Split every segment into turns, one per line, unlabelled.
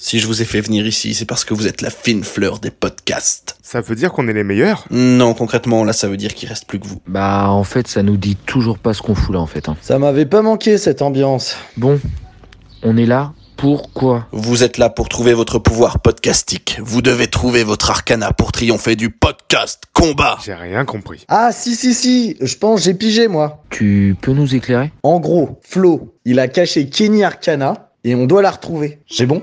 Si je vous ai fait venir ici, c'est parce que vous êtes la fine fleur des podcasts.
Ça veut dire qu'on est les meilleurs
Non, concrètement, là, ça veut dire qu'il reste plus que vous.
Bah, en fait, ça nous dit toujours pas ce qu'on fout là, en fait. hein.
Ça m'avait pas manqué cette ambiance.
Bon, on est là. Pourquoi
Vous êtes là pour trouver votre pouvoir podcastique. Vous devez trouver votre arcana pour triompher du podcast combat.
J'ai rien compris.
Ah si si si, je pense j'ai pigé moi.
Tu peux nous éclairer
En gros, Flo, il a caché Kenny Arcana et on doit la retrouver. C'est bon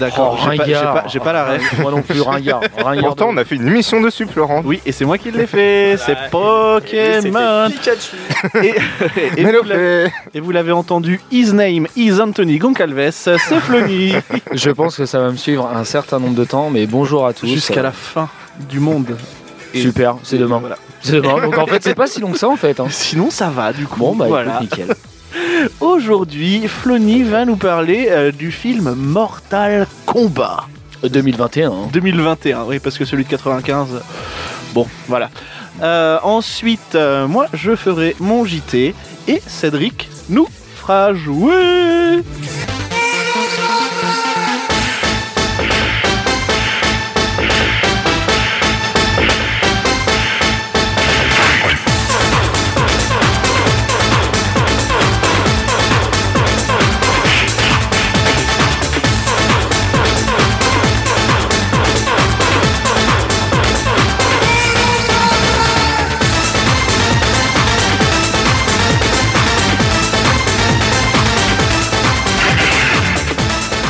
D'accord,
Oh,
j'ai pas- j'ai pas, j'ai pas la ref.
Oh, Moi non plus, ringard. ringard
Pourtant, on a fait une émission dessus, Florent.
Oui, et c'est moi qui l'ai fait, c'est
Et
Pokémon.
c'était Pikachu.
Et, et
Mais
vous
le
l'avez-
fait.
Et vous l'avez entendu, his name is Anthony Goncalves, c'est Flony
Je pense que ça va me suivre un certain nombre de temps, mais bonjour à tous. Euh,
Jusqu'à la fin du monde. Et-
Super, c'est demain.
Voilà.
C'est demain. Donc en fait, c'est pas si long que ça en fait. Hein.
Sinon, ça va du coup.
Bon, bah
voilà.
écoute, nickel.
Aujourd'hui, Flony va nous parler euh, du film Mortal Kombat
2021. hein.
2021. Oui, parce que celui de 95. Bon, voilà. Euh, ensuite, euh, moi, je ferai mon JT et Cédric nous fera jouer.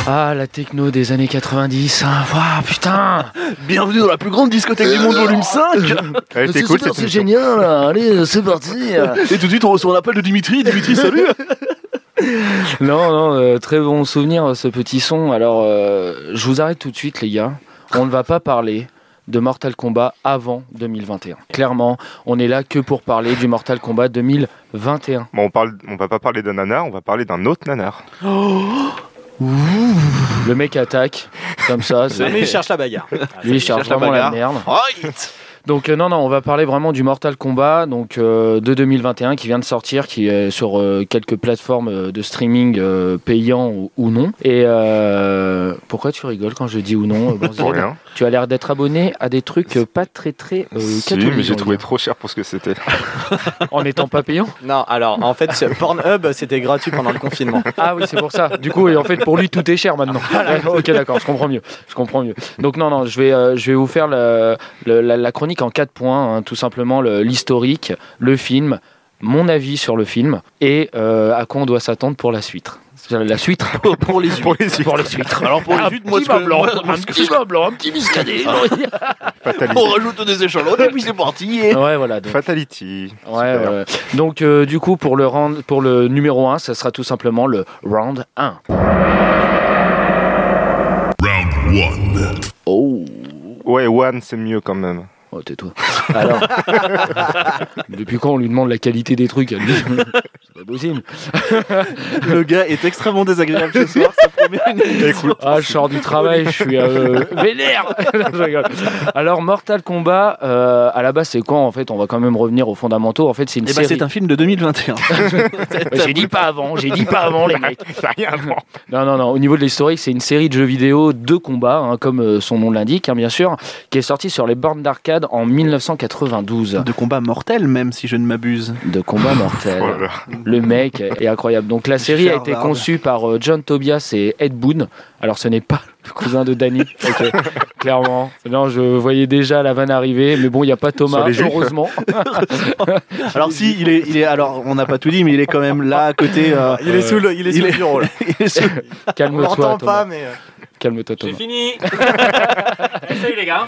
Ah, la techno des années 90. hein. Waouh, putain.
Bienvenue dans la plus grande discothèque du monde, volume 5.
Elle était
C'est
cool
super,
cette émission.
c'est génial. hein. Allez, euh, c'est parti.
Et tout de suite, on reçoit un appel de Dimitri. Dimitri, salut.
Non, non, euh, très bon souvenir ce petit son. Alors, euh, je vous arrête tout de suite, les gars. On ne va pas parler de Mortal Kombat avant 2021. Clairement, on est là que pour parler du Mortal Kombat 2021.
Bon, on, parle, on va pas parler d'un nanar, on va parler d'un autre nanar.
Le mec attaque, comme ça. c'est-
mais il cherche la bagarre.
Ah,
Lui, il cherche vraiment la, merde. Donc, euh, non, non, on va parler vraiment du Mortal Kombat donc, euh, de 2021 qui vient de sortir, qui est sur euh, quelques plateformes euh, de streaming euh, payants ou, ou non. Et euh, pourquoi tu rigoles quand je dis ou non euh,
Pour
Banzied
rien.
Tu as l'air d'être abonné à des trucs euh, pas très très euh,
Si,
catholiques,
mais
on
j'ai
va
trouvé
dire.
trop cher pour ce que c'était.
en n'étant pas payant.
Non, alors en fait, ce Pornhub, c'était gratuit pendant le confinement.
Ah oui, c'est pour ça. Ah, Du coup, et en fait, pour lui, tout est cher maintenant. Ouais, ok, d'accord, je comprends mieux. Je comprends mieux. Donc non, non, je vais, euh, je vais vous faire le- le- la, la chronique en quatre points, hein, tout simplement le- l'historique, le film, mon avis sur le film et euh, à quoi on doit s'attendre pour la suite. La suite
Pour les yeux.
Pour les yeux.
Pour la suite.
Alors pour les yeux, moi, ce que- moi, moi, ce que je-
blanc, un petit muscadet.
Fatality.
on rajoute des échalotes et puis c'est parti. et-
ouais, voilà. donc,
Fatality.
Ouais,
Super.
ouais. Donc, euh, du coup, pour le, round, pour le numéro 1, ça sera tout simplement le round 1. Round 1.
Ouais, One, c'est mieux quand même.
Oh, oh tais-toi. Alors, depuis quand on lui demande la qualité des trucs à lui C'est pas possible.
Le gars est extrêmement désagréable ce soir. Ça promet une...
Écoute,
Ah, je sors du travail, je suis euh, vénère. Non, je rigole. Alors, Mortal Kombat, euh, à la base, c'est quoi en fait On va quand même revenir aux fondamentaux. En fait, c'est une
Eh ben,
série.
c'est un film de 2021.
Ouais, j'ai dit pas avant, j'ai dit pas avant, les mecs.
t'as rien à voir.
Non, non, non. Au niveau de l'historique, c'est une série de jeux vidéo de combat, hein, comme euh, son nom l'indique, hein, bien sûr, qui est sortie sur les bornes d'arcade en 1992.
De combat mortel, même si je ne m'abuse.
De combat mortel.
Voilà.
Le le mec est incroyable. Donc la série a été
Charvard.
conçue par euh, John Tobias et Ed Boon. Alors ce n'est pas le cousin de Danny, ok, clairement. Non, je voyais déjà la vanne arriver, mais bon, il n'y a pas Thomas,
les juifs.
heureusement.
Alors si, il est, il est, alors on n'a pas tout dit, mais il est quand même là à côté. euh,
Il est sous le, il est sous
il
le
est-
bureau là.
il est sous-
On
Calme-toi,
l'entend
Thomas.
pas, mais. euh,
Calme-toi, Thomas.
J'ai fini Eh, Salut les gars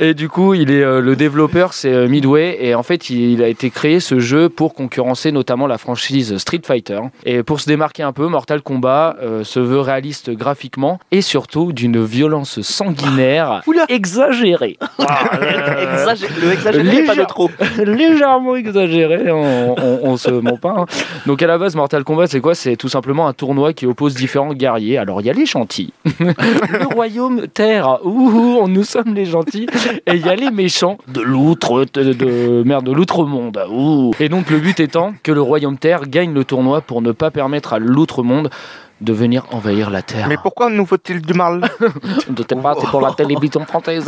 Et du coup, il est euh, le développeur, c'est euh, Midway, et en fait, il, il a été créé ce jeu pour concurrencer notamment la franchise Street Fighter. Et pour se démarquer un peu, Mortal Kombat euh, se veut réaliste graphiquement et surtout d'une violence sanguinaire exagérée,
Exagé- le exagéré,
Légère.
pas de trop.
légèrement hein. exagérée. On, on- on se ment pas. hein. Donc à la base, Mortal Kombat, c'est quoi C'est tout simplement un tournoi qui oppose différents guerriers. Alors il y a les gentils, le royaume Terre, ouh, nous sommes les gentils, et il y a les méchants de l'outre, de, de- merde, de l'outre-monde. ouh. Et donc le but étant que le royaume Terre gagne le tournoi pour ne pas permettre à l'outre-monde de venir envahir la Terre.
Mais pourquoi nous faut-il du mal
De tes pas, c'est pour la télévision française.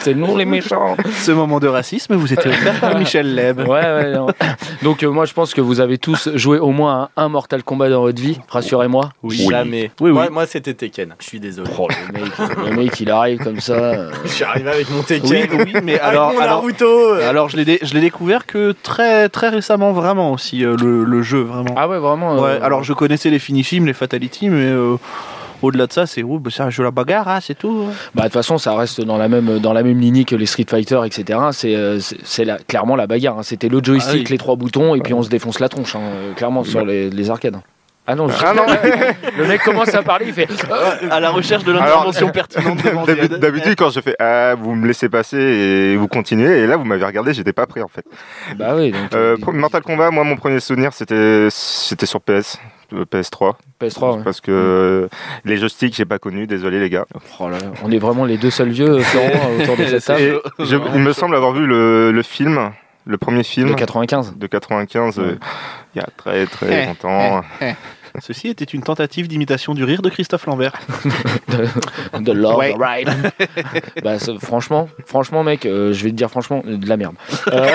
c'est nous les méchants.
Ce moment de racisme, vous étiez offert par Michel Leb.
Ouais, ouais, non. Donc euh, moi je pense que vous avez tous joué au moins à un Mortal Kombat dans votre vie, rassurez-moi.
Jamais.
Oui, oui.
Moi, moi, c'était Tekken. Je suis désolé.
Oh, le mec, le mec, il arrive comme ça. euh.
Je suis arrivé avec mon
Oui,
Tekken.
oui, mais
Alors,
alors,
mon
alors,
Naruto. euh,
alors, je l'ai, dé- je l'ai découvert que très, très récemment, vraiment aussi euh, le, le jeu, vraiment.
Ah ouais, vraiment. euh,
Ouais, alors je connaissais les finish-him, les fatality, mais euh, au-delà de ça, c'est ouh, bah, c'est un jeu à la bagarre, hein, c'est tout. hein.
bah de toute façon ça reste dans la même dans la même lignée que les Street Fighter, etc. C'est euh, c'est c'est la- clairement la bagarre. hein. C'était le joystick,
Ah oui.
les trois boutons et puis on se défonce la tronche, hein, euh, clairement sur les, les arcades. Ah non, je-
Ah non
le mec commence à parler, il fait.
À la recherche de
l'intervention
pertinente demandée.
D'habi- D'habitude, quand je fais Ah, vous me laissez passer et vous continuez, et là, vous m'avez regardé, j'étais pas pris en fait.
Bah oui. donc,
Euh,
euh,
pour Mortal Kombat, moi, mon premier souvenir, c'était c'était sur PS. euh, PS3,
PS3. ouais.
parce que euh, les joysticks j'ai pas connu, désolé les gars.
Oh là là, on est vraiment les deux seuls vieux euh, Florent, autour de cette table.
Et je- il me semble avoir vu le, le film, le premier film
De 95.
de 95, euh, il y a très très
Eh,
longtemps.
Ceci était une tentative d'imitation du rire de Christophe Lambert.
De Lord
Ouais.
Ride. bah, ça- franchement, franchement, mec, euh, je vais te dire franchement, euh, de la merde. Euh,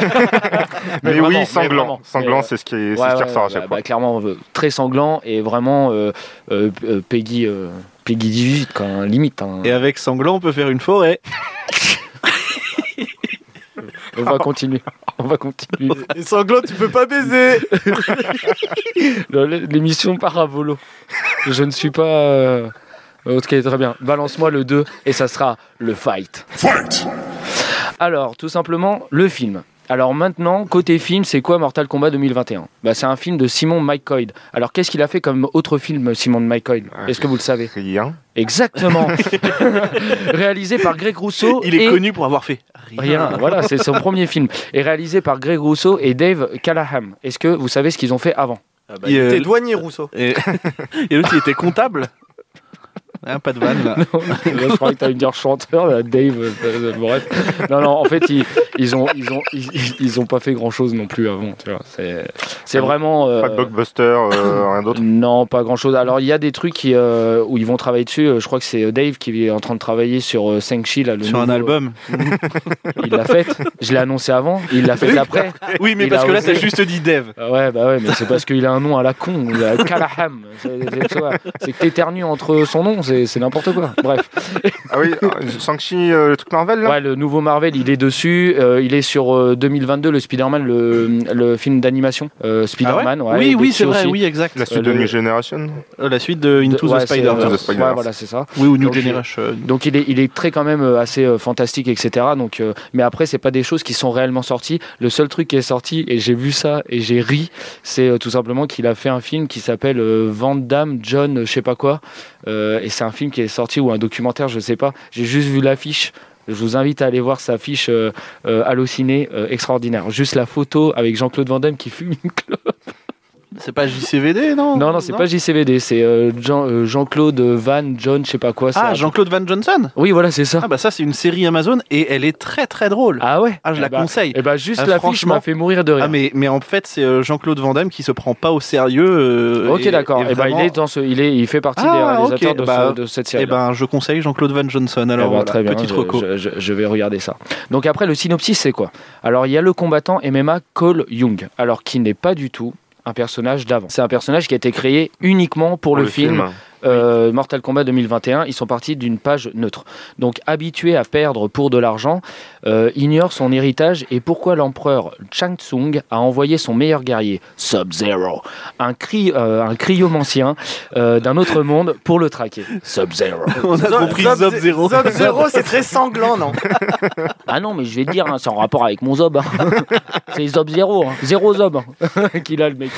Mais,
vraiment,
oui,
mais
sanglant,
vraiment.
sanglant,
Mais, euh,
c'est ce qui, c'est
ouais,
ce qui
ouais,
ressort à
bah,
chaque
bah,
fois.
clairement, euh, très sanglant et vraiment euh, euh, P- euh, Peggy, euh, Peggy 18, quoi, hein, limite. hein.
Et avec Sanglant, on peut faire une forêt.
On va continuer. On va continuer.
Et sanglant, tu peux pas baiser.
Le- le- L'émission part à volo. Je ne suis pas. euh, Ok, très bien. Balance-moi le 2 et ça sera le fight. Alors, tout simplement, le film. Alors maintenant, côté film, c'est quoi Mortal Kombat 2021 bah, C'est un film de Simon McCoy. Alors qu'est-ce qu'il a fait comme autre film, euh, Simon McCoy Est-ce que vous le savez
Rien.
Exactement Réalisé par Greg Rousseau.
Il est
et-
connu pour avoir fait rien.
Rien, voilà, c'est son premier film. Et réalisé par Greg Rousseau et Dave Callahan. Est-ce que vous savez ce qu'ils ont fait avant
Ah bah,
Il,
il
euh,
était douanier, Rousseau.
Et, et l'autre, il était comptable. Hein, pas de vanne là.
je croyais que t'allais me dire chanteur, là, Dave. euh, euh, bref. Non, non, en fait, ils, ils, ont, ils, ont, ils, ils ont pas fait grand chose non plus avant. tu vois. C'est c'est vraiment. euh,
Ah Pas de blockbuster, euh, rien d'autre.
non, pas grand chose. Alors, il y a des trucs qui, euh, où ils vont travailler dessus. Euh, Je crois que c'est euh, Dave qui est en train de travailler sur euh, Shang-Chi. là, le
Sur un
nouveau-
album.
Il l'a fait. Je l'ai annoncé avant. Il l'a fait après.
Ah.
Oui, mais
Il
parce
a
que là,
osé.
t'as juste dit Dev.
Ah Ouais, bah ouais, mais c'est parce qu'il a un nom à la con, il a Callahan. C'est- c'est- tu vois, C'est que t'éternues entre son nom, c'est c'est n'importe quoi. Bref.
Ah oui, euh, Shang-Chi, euh, le truc Marvel là
Ouais, le nouveau Marvel, il est dessus. euh, il est sur euh, 2022, le Spider-Man, le, le film d'animation. euh, Spider-Man, ouais, il
Ah oui,
est
oui,
dessus
c'est vrai,
aussi.
oui, exact.
La suite
euh,
de
le-
New Generation
Euh, La suite de
De-
Into
ouais,
the
c'est, euh,
Spider-Verse.
Into the Spider-Verse.
ouais, voilà, c'est ça.
Oui, ou New
Donc, il-
Generation.
Donc il est, il est très quand même euh, assez euh, fantastique, etc. Donc, euh, mais après, c'est pas des choses qui sont réellement sorties. Le seul truc qui est sorti, et j'ai vu ça et j'ai ri, c'est euh, tout simplement qu'il a fait un film qui s'appelle euh, Van Damme, John, euh, je sais pas quoi. Euh, et c'est un film qui est sorti ou un documentaire, je sais pas. J'ai juste vu l'affiche. Je vous invite à aller voir sa fiche euh, euh, hallucinée, euh, extraordinaire. Juste la photo avec Jean-Claude Van Damme qui fume une clope.
C'est pas JCVD, non
Non, non, c'est pas JCVD, c'est euh, Jean, euh, Jean-Claude Van John, je sais pas quoi. c'est
Ah,
un-
Jean-Claude Van Johnson
Oui, voilà, c'est ça.
Ah, bah ça, c'est une série Amazon et elle est très très drôle.
Ah ouais
Ah, je la
Eh bah-
conseille.
Eh bah, juste
Ah,
la fiche
franchement.
m'a fait mourir de rire.
Ah, mais, mais en fait, c'est euh, Jean-Claude Van Damme qui se prend pas au sérieux. euh,
Ok,
et-
d'accord. Eh
et
ben, il
vraiment-
est dans ce, il est, il fait partie des
Ah, ok,
réalisateurs de, ce-
bah,
de cette série.
Eh ben, je conseille Jean-Claude Van Johnson.
Eh ben,
Alors, voilà,
très bien,
petite
je,
reco.
je- je- je vais regarder ça. Donc après, le synopsis, c'est quoi Alors, il y a le combattant MMA Cole Young, alors qui n'est pas du tout un personnage d'avant. C'est un personnage qui a été créé uniquement pour, le, film, euh, Mortal Kombat 2021. Ils sont partis d'une page neutre. Donc habitué à perdre pour de l'argent, euh, ignore son héritage et pourquoi l'empereur Chang Tsung a envoyé son meilleur guerrier, Sub-Zero, un, cri, euh, un cryomancien euh, d'un autre monde pour le traquer. Sub-Zero.
On a compris Zob Zero.
Zob Zero, c'est très sanglant, non
Ah non, mais je vais te dire, hein, c'est en rapport avec mon Zob. hein. C'est Zob Zéro, hein. Zéro Zob hein, qu'il a le mec.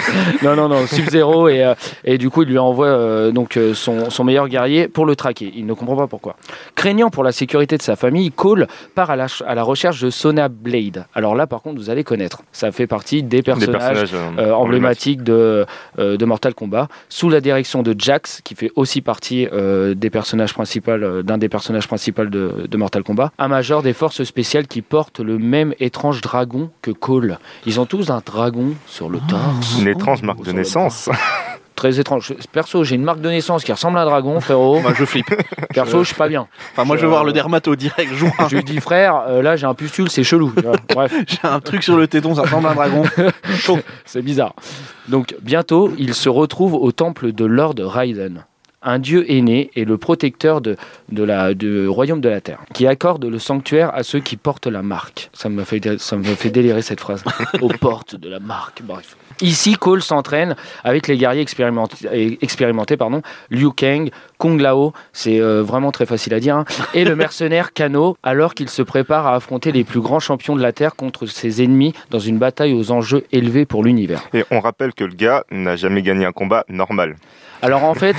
Non, non, non, Sub-Zéro. Et, euh, et du coup, il lui envoie euh, donc, euh, son, son meilleur guerrier pour le traquer. Il ne comprend pas pourquoi. Craignant pour la sécurité de sa famille, Cole part à la, ch- à la recherche de Sona Blade. Alors là, par contre, vous allez connaître. Ça fait partie des personnages, euh, emblématiques de, euh, de Mortal Kombat, sous la direction de Jax, qui fait aussi partie euh, des personnages principaux, euh, d'un des personnages principaux de, de Mortal Kombat, un major des forces spéciales qui porte le même étrange dragon que Cole. Ils ont tous un dragon sur le torse.
Une étrange marque de
Sur le
naissance.
Très étrange. Perso, j'ai une marque de naissance qui ressemble à un dragon, frérot.
Moi, je flippe.
Perso, je suis pas bien.
Enfin, moi, je vais voir le dermato direct. jour un.
Je lui dis, frère, euh, là, j'ai un pustule, c'est chelou. tu vois. Bref.
J'ai un truc sur le téton, ça ressemble à un dragon. Chaud.
C'est bizarre. Donc bientôt, il se retrouve au temple de Lord Raiden, un dieu aîné et le protecteur de, de la, du royaume de la terre, qui accorde le sanctuaire à ceux qui portent la marque. Ça me fait, dé- ça me fait délirer cette phrase. Aux portes de la marque, bref. Ici, Cole s'entraîne avec les guerriers expérimentés, eh, expérimentés, pardon, Liu Kang, Kung Lao, c'est euh, vraiment très facile à dire, hein, et le mercenaire Kano, alors qu'il se prépare à affronter les plus grands champions de la Terre contre ses ennemis dans une bataille aux enjeux élevés pour l'univers.
Et on rappelle que le gars n'a jamais gagné un combat normal.
Alors en fait,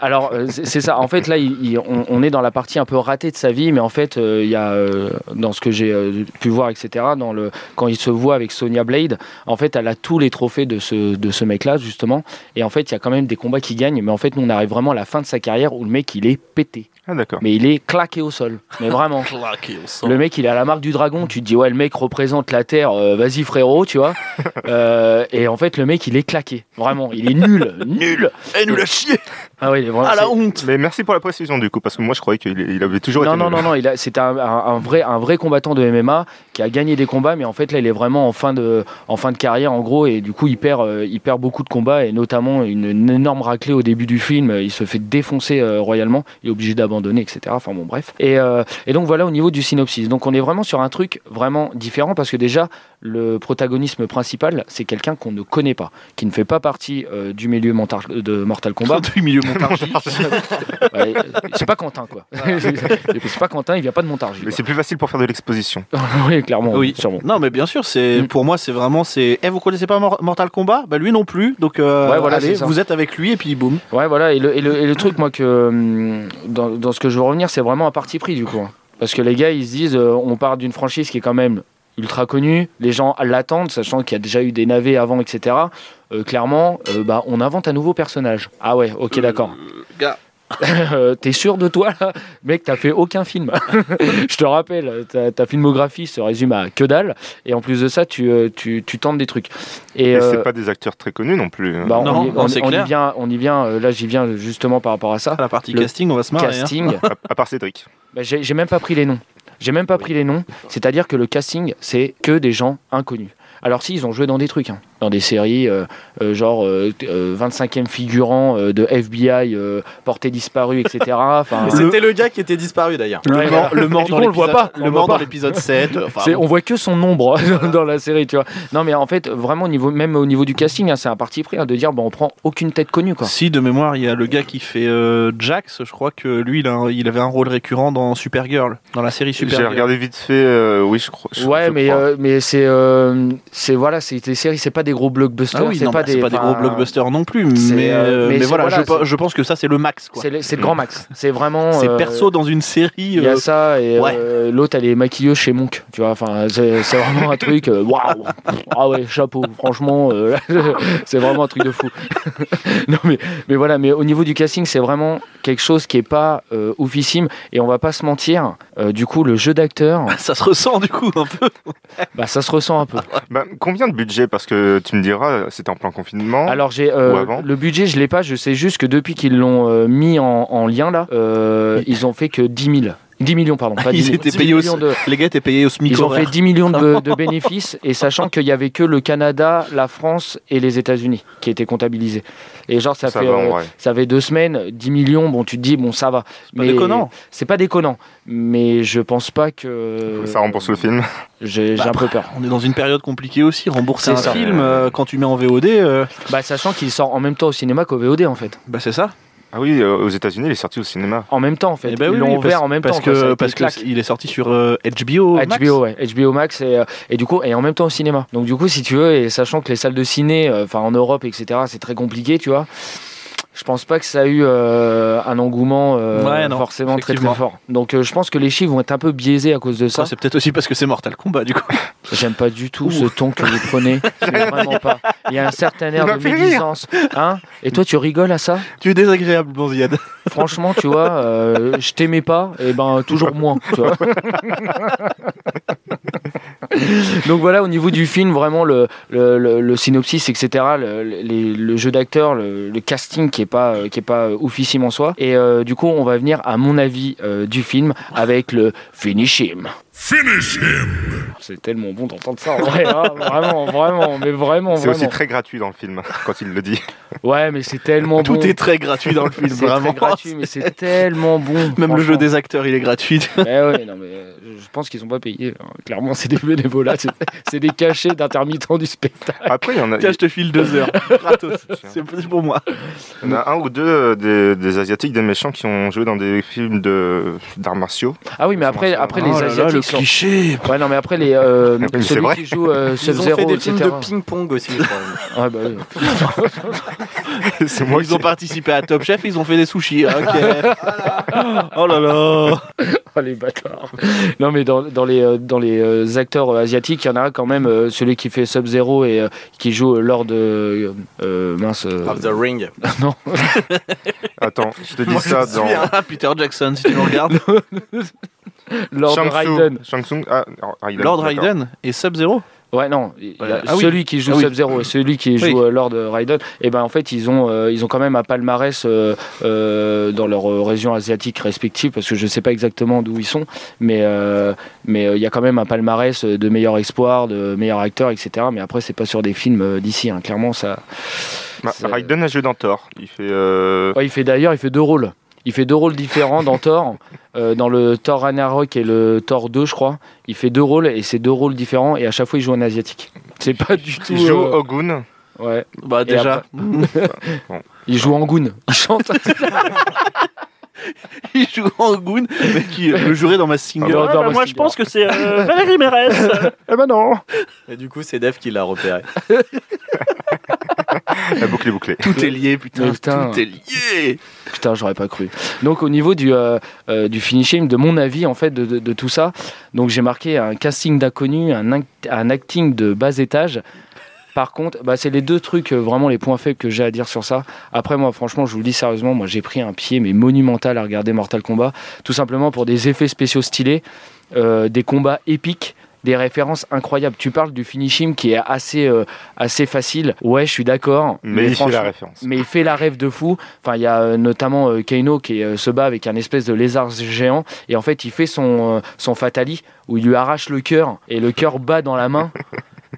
alors euh, c'est c'est ça. En fait là, il- il- on, on est dans la partie un peu ratée de sa vie, mais en fait, euh, il y a euh, dans ce que j'ai euh, pu voir, etc. Dans le quand il se voit avec Sonia Blade, en fait, elle a tous les trophées de ce de ce mec-là justement. Et en fait, il y a quand même des combats qui gagnent, mais en fait, nous on arrive vraiment à la fin de sa carrière où le mec il est pété,
Ah d'accord.
mais il est claqué au sol, mais vraiment. Le mec, il a la marque du dragon. Tu te dis, ouais, le mec représente la Terre. euh, Vas-y, frérot, tu vois. Euh, et en fait, le mec, il est claqué. Vraiment, il est nul, nul.
Eh, nous la chier
Ah ouais, il est vraiment.
À
c'est-
la honte
Mais merci pour la précision du coup, parce que moi je croyais qu'il il avait toujours
Non,
été.
non, non, non, il a- c'était un, un- un vrai, un vrai combattant de MMA qui a gagné des combats, mais en fait là il est vraiment en fin de, en fin de carrière en gros, et du coup il perd, euh, il perd beaucoup de combats, et notamment une, une énorme raclée au début du film, il se fait défoncer euh, royalement, il est obligé d'abandonner, etc. Enfin bon, bref. Et, euh, et donc voilà au niveau du synopsis. Donc on est vraiment sur un truc vraiment différent, parce que déjà le protagonisme principal, c'est quelqu'un qu'on ne connaît pas, qui ne fait pas partie euh, du milieu montar- de Mortal Kombat.
Du milieu Montargis.
Ouais, euh, c'est pas Quentin, quoi. c'est pas Quentin, il vient pas de Montargis.
Mais c'est plus facile pour faire de l'exposition.
oui, clairement.
Oui.
Oui, sûrement.
Non, mais bien sûr, c'est
Mm.
pour moi, c'est vraiment c'est. Eh, vous connaissez pas Mor- Mortal Kombat Bah lui non plus. Donc euh,
Ouais, voilà,
allez,
c'est ça.
vous êtes avec lui et puis boum.
Ouais, voilà. Et le, et le- et le truc, moi, que hum, dans, dans ce que je veux revenir, c'est vraiment un parti pris, du coup. hein. Parce que les gars, ils se disent, euh, on part d'une franchise qui est quand même ultra connue, les gens l'attendent, sachant qu'il y a déjà eu des navets avant, etc. Euh, clairement, euh, bah, on invente un nouveau personnage. Ah ouais, ok, d'accord.
gars.
Euh, T'es sûr de toi là Mec, t'as fait aucun film. Je te rappelle, ta, ta filmographie se résume à que dalle. Et en plus de ça, tu, euh, tu, tu tentes des trucs. Et,
Et
euh,
c'est pas des acteurs très connus non plus. hein.
Bah, on
Non,
y-
non,
on-
c'est
on y
clair.
vient, on y vient. euh, Là, j'y viens justement par rapport à ça.
À la partie
Le
casting, on va se marrer. hein.
Casting.
À, à part Cédric.
Bah, j'ai j'ai même pas pris les noms. J'ai même pas pris les noms. C'est-à-dire que le casting, c'est que des gens inconnus. Alors si, ils ont joué dans des trucs, hein. dans des séries, euh, euh, genre euh, t- euh, 25e figurant euh, de FBI, euh, porté disparu, etc. Enfin,
Mais C'était le gars qui était disparu d'ailleurs.
Le,
Ouais,
mort,
voilà.
le mort
Et du
dans
coup, on le voit
l'épisode-
pas, on
Le
le
mort
voit
dans
pas.
l'épisode 7. euh, enfin,
C'est-
bon.
on voit que son ombre dans, dans la série, tu vois. Non, mais en fait, vraiment, au niveau, même au niveau du casting, hein, c'est un parti pris hein, de dire, bon, on prend aucune tête connue, quoi.
Si de mémoire il y a le gars qui fait euh, Jax, je crois que lui il, a un- il avait un rôle récurrent dans Supergirl, dans la série
J'ai
Supergirl.
regardé vite fait. euh, oui, je crois. je-
ouais,
je
mais
crois.
euh, mais c'est euh, c'est voilà, c'est des séries, c'est pas des gros blockbusters.
Ah oui,
c'est
non,
pas,
bah, c'est pas des gros
enfin,
blockbusters non plus,
c'est,
mais,
euh,
euh,
mais
mais
c'est-
voilà,
voilà,
je, pe-
c'est-
je pense que ça, c'est le max. quoi.
C'est le, c'est
Mm.
le grand max. C'est vraiment.
C'est
euh,
perso dans une série.
Il y a
euh,
ça et
ouais.
euh, l'autre elle est maquilleuse chez Monk, tu vois. Enfin, c'est c'est vraiment un truc. euh, Waouh! Ah ouais, chapeau. Franchement, euh, c'est vraiment un truc de fou. non mais, mais voilà, mais au niveau du casting, c'est vraiment quelque chose qui est pas euh, oufissime et on va pas se mentir. euh, du coup, le jeu d'acteur,
bah, Ça se ressent du coup un peu.
bah ça se ressent un peu.
Bah, combien de budget Parce que tu me diras, c'était en plein confinement.
Alors j'ai euh,
Ou avant.
le budget, je l'ai pas. Je sais juste que depuis qu'ils l'ont euh, mis en, en lien là, euh, ils ont fait que 10 000. 10 millions, pardon. Pas
Ils
10 000,
étaient
10
payés au-
millions de,
Les gars étaient payés au SMIC
Ils ont fait
horaire.
10 millions de, de bénéfices et sachant qu'il n'y avait que le Canada, la France et les États-Unis qui étaient comptabilisés. Et genre, ça,
ça
fait,
va en
euh,
vrai.
ça fait deux semaines, 10 millions, bon, tu te dis, bon, ça va.
Pas déconnant.
C'est pas déconnant, mais je pense pas que.
Ça rembourse le film.
J'ai j'ai
Bah,
un peu peur.
On est dans une période compliquée aussi. Rembourser
C'est
un
ça.
film euh, quand tu mets en VOD, euh,
Bah, sachant qu'il sort en même temps au cinéma qu'au VOD, en fait.
bah c'est ça.
Ah oui, euh, aux États-Unis, il est sorti au cinéma.
En même temps, en fait.
Eh ben
Ils
oui,
l'ont
oui,
ouvert
parce-
en même
parce
temps. quoi, ça a
que
été
parce
une claque.
que il est sorti sur euh, HBO. Max.
HBO, ouais, HBO Max et, euh, et du coup et en même temps au cinéma. Donc du coup si tu veux et sachant que les salles de ciné, euh, enfin en Europe etc c'est très compliqué tu vois. Je pense pas que ça a eu euh, un engouement euh,
Ouais, non,
forcément très très
effectivement.
fort. Donc euh, je pense que les chiffres vont être un peu biaisés à cause de ça.
Ça, c'est peut-être aussi parce que c'est Mortal Kombat du coup.
J'aime pas du tout
Ouh.
ce ton que vous prenez. vraiment pas. Il y a un certain air
Il m'a
de
fait rire.
médisance. Hein et toi tu rigoles à ça
tu es désagréable, bon Ziad.
Franchement tu vois, euh, je t'aimais pas et ben toujours moins. Tu vois Donc voilà, au niveau du film, vraiment le, le, le- le synopsis, etc., le, les- le jeu d'acteur, le, le casting qui est pas, euh, qui est pas euh, oufissime en soi. Et euh, du coup, on va venir à mon avis euh, du film avec le Finish Him. Finish Him C'est tellement bon d'entendre ça, en vrai, hein, vraiment, vraiment, mais vraiment,
C'est aussi
Oh, vraiment.
très gratuit dans le film, quand il le dit.
Ouais, mais c'est tellement
Tout
bon.
est très gratuit dans le film,
C'est
vraiment.
très gratuit, mais c'est tellement bon.
Même le
franchement.
jeu des acteurs, il est gratuit.
Eh ouais, non, mais euh, je pense qu'ils sont pas payés. hein. Clairement, c'est des bénévolats, c'est- c'est des cachets d'intermittents du spectacle.
Après, il y en a,
Tiens, je te file deux heures. Gratos. C'est pour moi.
il y en a un ou deux euh, des, des Asiatiques, des méchants qui ont joué dans des films de- d'arts martiaux.
Ah oui, mais après, après les Asiatiques
Oh le
sont-
cliché.
Ouais, non, mais après, les, euh,
Mais c'est
celui
vrai.
qui joue euh,
Ils ont fait
Sub-Zero,
des films
etc.
de ping-pong aussi. je crois.
Ouais, bah oui.
C'est moi
ils ont participé à Top Chef, ils ont fait des sushis. hein, oh là là.
Oh, les bâtards. Non, mais dans, dans les, euh, dans les euh, acteurs euh, asiatiques, il y en a quand même euh, celui qui fait Sub-Zero et euh, qui joue euh, Lord. euh, euh, mince. euh,
Of the Ring.
Attends, je te dis
Moi, je
ça
me souviens,
dans...
hein, Peter Jackson, si tu le regardes.
Lord
Shang Tsung.
Raiden.
Shang Tsung. Ah, non, Raiden,
Lord
d'accord.
Raiden et Sub-Zero.
Ouais, non. il- il a-
Ah oui.
Celui qui joue
Ah oui.
Sub-Zero et celui qui joue
Oui.
euh, Lord Raiden, et ben en fait, ils ont, euh, ils ont quand même un palmarès euh, euh, dans leur euh, région asiatique respective, parce que je sais pas exactement d'où ils sont, mais euh, mais euh, il y a quand même un palmarès euh, de meilleur espoir, de meilleur acteur, etc. Mais après, c'est pas sur des films euh, d'ici, hein. clairement, ça.
Bah,
ça-
Raiden a joué dans Thor. Il fait... euh,
Ouais, il fait d'ailleurs, il fait deux rôles. Il fait deux rôles différents dans Thor, euh, dans le Thor Ragnarok et le Thor 2, je crois. Il fait deux rôles et c'est deux rôles différents et à chaque fois il joue en asiatique. C'est pas du tout.
Il joue
euh,
Ogun.
ouais.
Bah
déjà.
déjà.
Il joue en goon. Il chante.
il joue en Goon, mais qui euh, le jouerait dans ma singer.
Ah, bah, moi, je pense euh,
que c'est Valérie Mérès.
eh ben non.
Et du coup, c'est Dev qui l'a repéré.
La boucle est bouclée.
Tout est lié, putain.
Mais putain.
Tout est lié.
Ah, Putain, j'aurais pas cru. Donc au niveau du, euh, euh, du finishing, de mon avis en fait de, de- de tout ça, donc j'ai marqué un casting d'inconnus, un, act- un acting de bas étage. Par contre, bah, c'est les deux trucs, euh, vraiment les points faibles que j'ai à dire sur ça. Après, moi, franchement, je vous le dis sérieusement, moi, j'ai pris un pied, mais monumental à regarder Mortal Kombat, tout simplement pour des effets spéciaux stylés, euh, des combats épiques, des références incroyables. Tu parles du finishing qui est assez, euh, assez facile. Ouais, je suis d'accord.
Mais, il fait
franchement-
la référence.
mais il fait la rêve de fou. Enfin, il y a euh, notamment euh, Kano qui euh, se bat avec un espèce de lézard géant. Et en fait, il fait son, euh, son Fatali où il lui arrache le cœur et le cœur bat dans la main.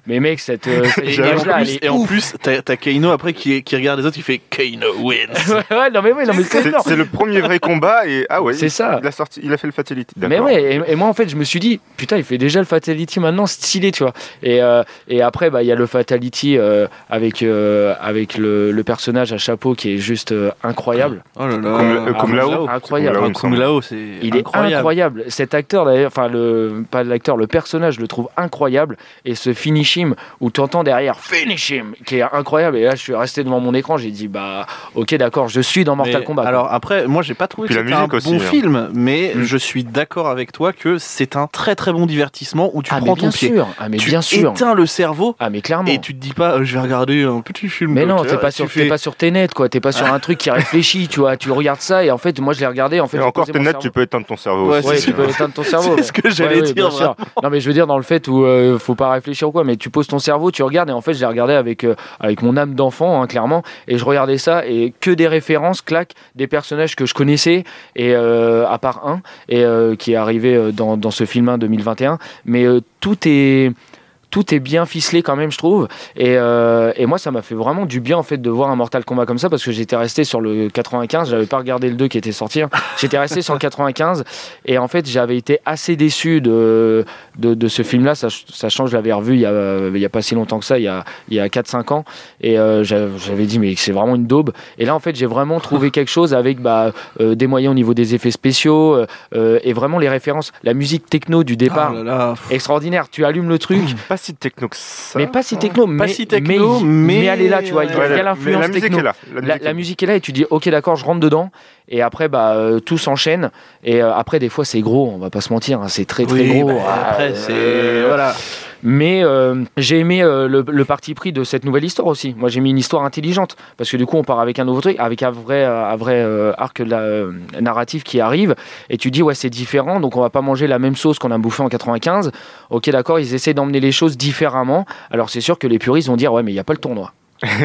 Mais mec, cette, euh, cette
Et, en
image-là, elle
plus,
est
et en
ouf.
plus, t'as t'as Kaino après qui, qui regarde les autres, il fait Kaino wins.
Ouais, ouais, non mais oui, non mais c'est
C'est
énorme.
c'est le premier vrai combat et... Ah ouais,
C'est ça.
Il a, sorti, il a fait le Fatality.
Mais
d'accord.
ouais, et, et moi en fait je me suis dit, putain, il fait déjà le Fatality maintenant, stylé, tu vois. Et, euh, et après, bah, il y a le Fatality euh, avec, euh, avec le, le personnage à chapeau qui est juste euh, incroyable.
Oh là là.
Kung- euh, Kung Lao.
Incroyable.
Kung Lao, il
Ah,
me
Kung
semble.
Lao, c'est
Il est incroyable. Cet acteur, d'ailleurs, enfin, le, pas l'acteur, le personnage, je le trouve incroyable. Et ce finish Finish Him, où tu entends derrière Finish Him, qui est incroyable. Et là, je suis resté devant mon écran, j'ai dit, bah, ok, d'accord, je suis dans Mortal
Mais
Kombat. quoi.
Alors après, moi j'ai pas trouvé
Puis
que
la
c'était un
musique aussi,
bon
hein.
film, mais
Mm.
je suis d'accord avec toi que c'est un très très bon divertissement où tu
ah, mais
prends
bien
ton pied,
sûr, ah, mais
tu
bien sûr.
éteins le cerveau
Ah, mais clairement.
et tu te dis pas euh, je vais regarder un petit film.
Mais non,
d'auteur
t'es pas
et
sur,
tu
t'es
fais-
pas sur tes nets, quoi. T'es pas sur un truc qui réfléchit, tu vois. Tu regardes ça et en fait, moi, je l'ai regardé. En fait,
Et
j'ai
encore,
posé
tes
mon
notes, tu
cerveau.
peux éteindre ton cerveau
Ouais,
aussi.
Ouais,
c'est
tu peux éteindre ton cerveau.
C'est ce que j'allais
Ouais, ouais,
dire.
bien sûr. Non, mais je veux dire dans le fait où euh, faut pas réfléchir ou quoi, mais tu poses ton cerveau, tu regardes et en fait, je l'ai regardé avec euh, avec mon âme d'enfant, hein, clairement, et je regardais ça et que des références, clac, des personnages que je connaissais et euh, à part un et euh, qui est arrivé euh, dans, dans ce film 1 2021, mais euh, tout est tout est bien ficelé quand même, je trouve. Et, euh, et moi, ça m'a fait vraiment du bien en fait de voir un Mortal Kombat comme ça parce que j'étais resté sur le 95. J'avais pas regardé le 2 qui était sorti. hein. J'étais resté sur le 95 et en fait, j'avais été assez déçu de, de, de ce film-là, sach- sachant que je l'avais revu il y, a, euh, il y a pas si longtemps que ça, il y a, il y a 4-5 ans. Et euh, j'a- j'avais dit, mais c'est vraiment une daube. Et là, en fait, j'ai vraiment trouvé quelque chose avec bah, euh, des moyens au niveau des effets spéciaux euh, euh, et vraiment les références. La musique techno du départ,
Ah là là, pff,
extraordinaire. Tu allumes le truc.
Pas si techno que ça.
Mais pas si techno, mais,
si techno,
mais,
mais-
elle est là, tu vois. Il y a-
Ouais,
il y a
la- mais
l'influence
la musique
techno.
est là. La
La,
musique
la
est-
musique est là et tu dis ok d'accord je rentre dedans et après bah euh, tout s'enchaîne et euh, après des fois c'est gros on va pas se mentir hein, c'est très très
oui,
gros
bah,
Ah,
après, c'est
euh,
voilà.
mais euh, j'ai aimé euh, le, le parti pris de cette nouvelle histoire aussi moi j'ai mis une histoire intelligente parce que du coup on part avec un nouveau truc avec un vrai euh, un vrai euh, arc de la, euh, narratif qui arrive et tu dis ouais c'est différent donc on va pas manger la même sauce qu'on a bouffé en 95 ok d'accord ils essaient d'emmener les choses différemment alors c'est sûr que les puristes vont dire ouais mais il y a pas le tournoi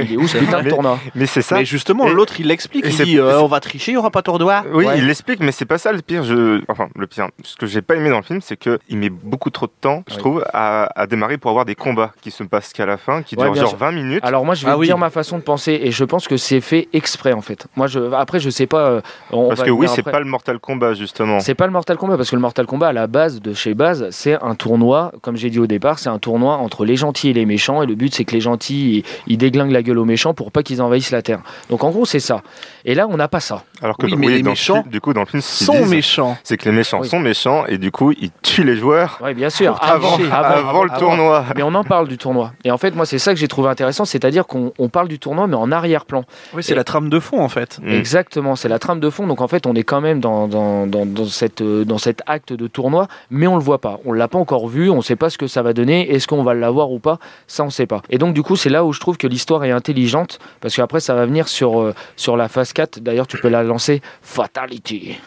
il est où ce putain de
Mais-
tournoi
Mais c'est ça.
Mais justement,
et-
l'autre il l'explique,
et
il
c'est-
dit euh,
c'est-
on va tricher, il y aura pas tour de doigt.
Oui,
Ouais.
il l'explique, mais c'est pas ça le pire. Je... Enfin, le pire. Ce que j'ai pas aimé dans le film, c'est que il met beaucoup trop de temps, je
Oui.
trouve, à, à démarrer pour avoir des combats qui se passent qu'à la fin, qui
Ouais,
durent
bien
genre
sûr.
20 minutes.
Alors moi, je vais
Ah
te
oui.
dire ma façon de penser et je pense que c'est fait exprès en fait. Moi, je après, je sais pas. euh, on
parce
va
que oui,
venir
c'est
après.
pas le Mortal Kombat, justement.
C'est pas le Mortal Kombat parce que le Mortal Kombat à la base de chez base, c'est un tournoi. Comme j'ai dit au départ, c'est un tournoi entre les gentils et les méchants et le but c'est que les gentils ils, ils déglinguent la gueule aux méchants pour pas qu'ils envahissent la terre. Donc en gros, c'est ça. Et là, on n'a pas ça.
Alors que
Oui,
dans-
mais les
dans le
méchants
film- du coup, dans le film, ce qu'ils
Sont
disent,
méchants.
c'est que les méchants
Oui.
sont méchants et du coup, ils tuent les joueurs
Oui, bien sûr.
avant,
Avant-
avant le
avant-
tournoi.
Mais on en parle du tournoi. Et en fait, moi, c'est ça que j'ai trouvé intéressant, c'est-à-dire qu'on on parle du tournoi, mais en arrière-plan.
Oui,
c'est
c'est
la
la trame de fond en fait.
Mm.
Exactement, c'est la trame de fond. Donc en fait, on est quand même dans, dans, dans, dans cette, euh, dans cet acte de tournoi, mais on le voit pas. On l'a pas encore vu, on sait pas ce que ça va donner, est-ce qu'on va l'avoir ou pas, ça on sait pas. Et donc du coup, c'est là où je trouve que l'histoire est intelligente, parce qu'après, ça va venir sur, euh, sur la phase 4. D'ailleurs, tu peux la lancer Fatality.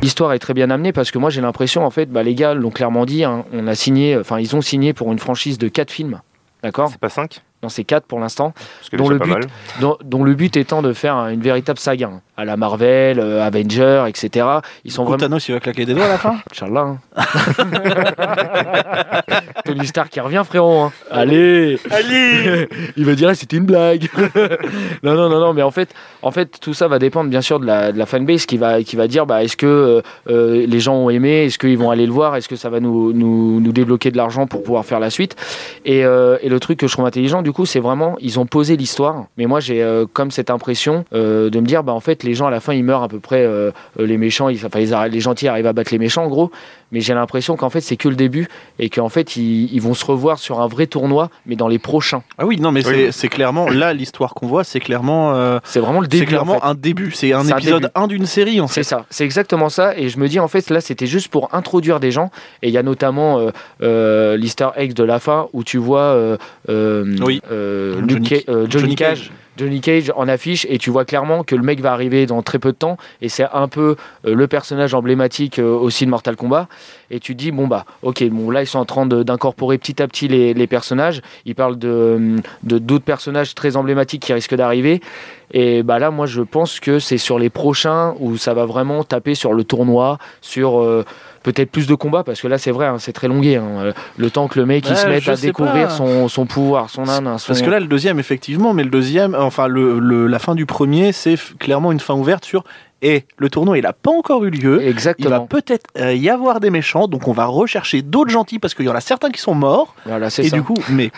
L'histoire est très bien amenée parce que moi j'ai l'impression en fait, bah, les gars l'ont clairement dit, hein, on a signé, enfin ils ont signé pour une franchise de 4 films, d'accord
C'est pas 5
Dans ces 4 pour l'instant
Parce que
Dont
déjà
le
pas
but-
mal.
dont, dont le but étant de faire une véritable saga hein, à la Marvel, euh, Avenger, etc. Ils sont vraiment.
Thanos il va claquer des doigts à la fin.
Inch'Allah. hein. Tony Stark qui revient, frérot. hein. Allez Allez Il va dire, Ah, c'était une blague. non, non, non, non, mais en fait, en fait, tout ça va dépendre, bien sûr, de la, de la fanbase qui va, qui va dire bah, est-ce que euh, euh, les gens ont aimé Est-ce qu'ils vont aller le voir Est-ce que ça va nous, nous, nous débloquer de l'argent pour pouvoir faire la suite et, euh, et le truc que je trouve intelligent, du coup, c'est vraiment ils ont posé l'histoire. Mais moi, j'ai euh, comme cette impression euh, de me dire bah, en fait, les gens à la fin, ils meurent à peu près. euh, euh, les méchants, ils, enfin, ils arrêtent- les gentils arrivent à battre les méchants, en gros. Mais j'ai l'impression qu'en fait, c'est que le début et qu'en fait, ils, ils vont se revoir sur un vrai tournoi, mais dans les prochains.
Ah oui, non, mais
Oui.
c'est- c'est clairement là l'histoire qu'on voit, c'est clairement, euh,
C'est vraiment le
c'est
début. en
clairement
fait.
un début, c'est un
C'est un
épisode
début.
1 d'une série en
C'est
fait.
ça, c'est exactement ça. Et je me dis, en fait, là, c'était juste pour introduire des gens. Et il y a notamment euh, euh, l'Easter egg de la fin où tu vois euh, euh,
Oui.
euh, Luke
Johnny-
Ca- euh, Johnny, Cage. Johnny Cage en affiche et tu vois clairement que le mec va arriver dans très peu de temps et c'est un peu euh, le personnage emblématique euh, aussi de Mortal Kombat et tu te dis bon bah ok bon là ils sont en train de- d'incorporer petit à petit les, les personnages ils parlent de euh, de- d'autres personnages très emblématiques qui risquent d'arriver et bah là moi je pense que c'est sur les prochains où ça va vraiment taper sur le tournoi sur euh, peut-être plus de combats parce que là c'est vrai hein, c'est très longué hein. Euh, le temps que le mec il
Ouais,
se mette
je
à
sais
découvrir
pas.
son, son pouvoir son âne hein, son...
Parce que là, le deuxième, effectivement, mais le deuxième, euh, enfin, le, le- la fin du premier, c'est f- clairement une fin ouverte sur. Et le tournoi, il n'a pas encore eu lieu. Il va
exactement
peut-être euh, y avoir des méchants, donc on va rechercher d'autres gentils parce qu'il y en a certains qui sont morts.
voilà c'est
Et
ça
du coup, mais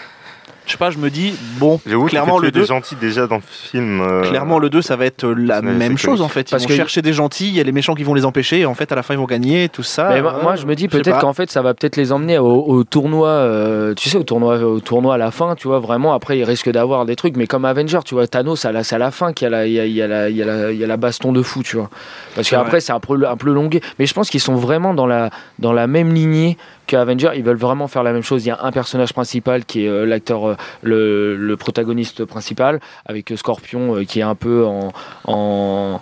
je sais pas, je me dis, bon,
J'avoue que
clairement, le
le
2,
gentil déjà dans le film. euh,
clairement, le 2, ça va être la
c'est-
même
c'est
chose,
comique.
en fait. Ils
Parce
vont
que-
chercher des gentils, il y a les méchants qui vont les empêcher, et en fait, à la fin, ils vont gagner, tout ça.
Mais moi, moi, je me dis peut-être qu'en fait ça va peut-être les emmener au, au tournoi, euh, tu sais, au tournoi, au tournoi à la fin, tu vois, vraiment. Après, ils risquent d'avoir des trucs, mais comme Avenger, tu vois, Thanos, à la- c'est à la fin qu'il y a la, il y a- il y a la, il y a la- il y a la baston de fou, tu vois. Parce
C'est vrai.
qu'après, c'est un peu, un peu longué. Mais je pense qu'ils sont vraiment dans la, dans la même lignée qu'Avenger. Ils veulent vraiment faire la même chose. Il y a un personnage principal qui est euh, l'acteur, euh, le, le protagoniste principal, avec euh, Scorpion euh, qui est un peu en. en-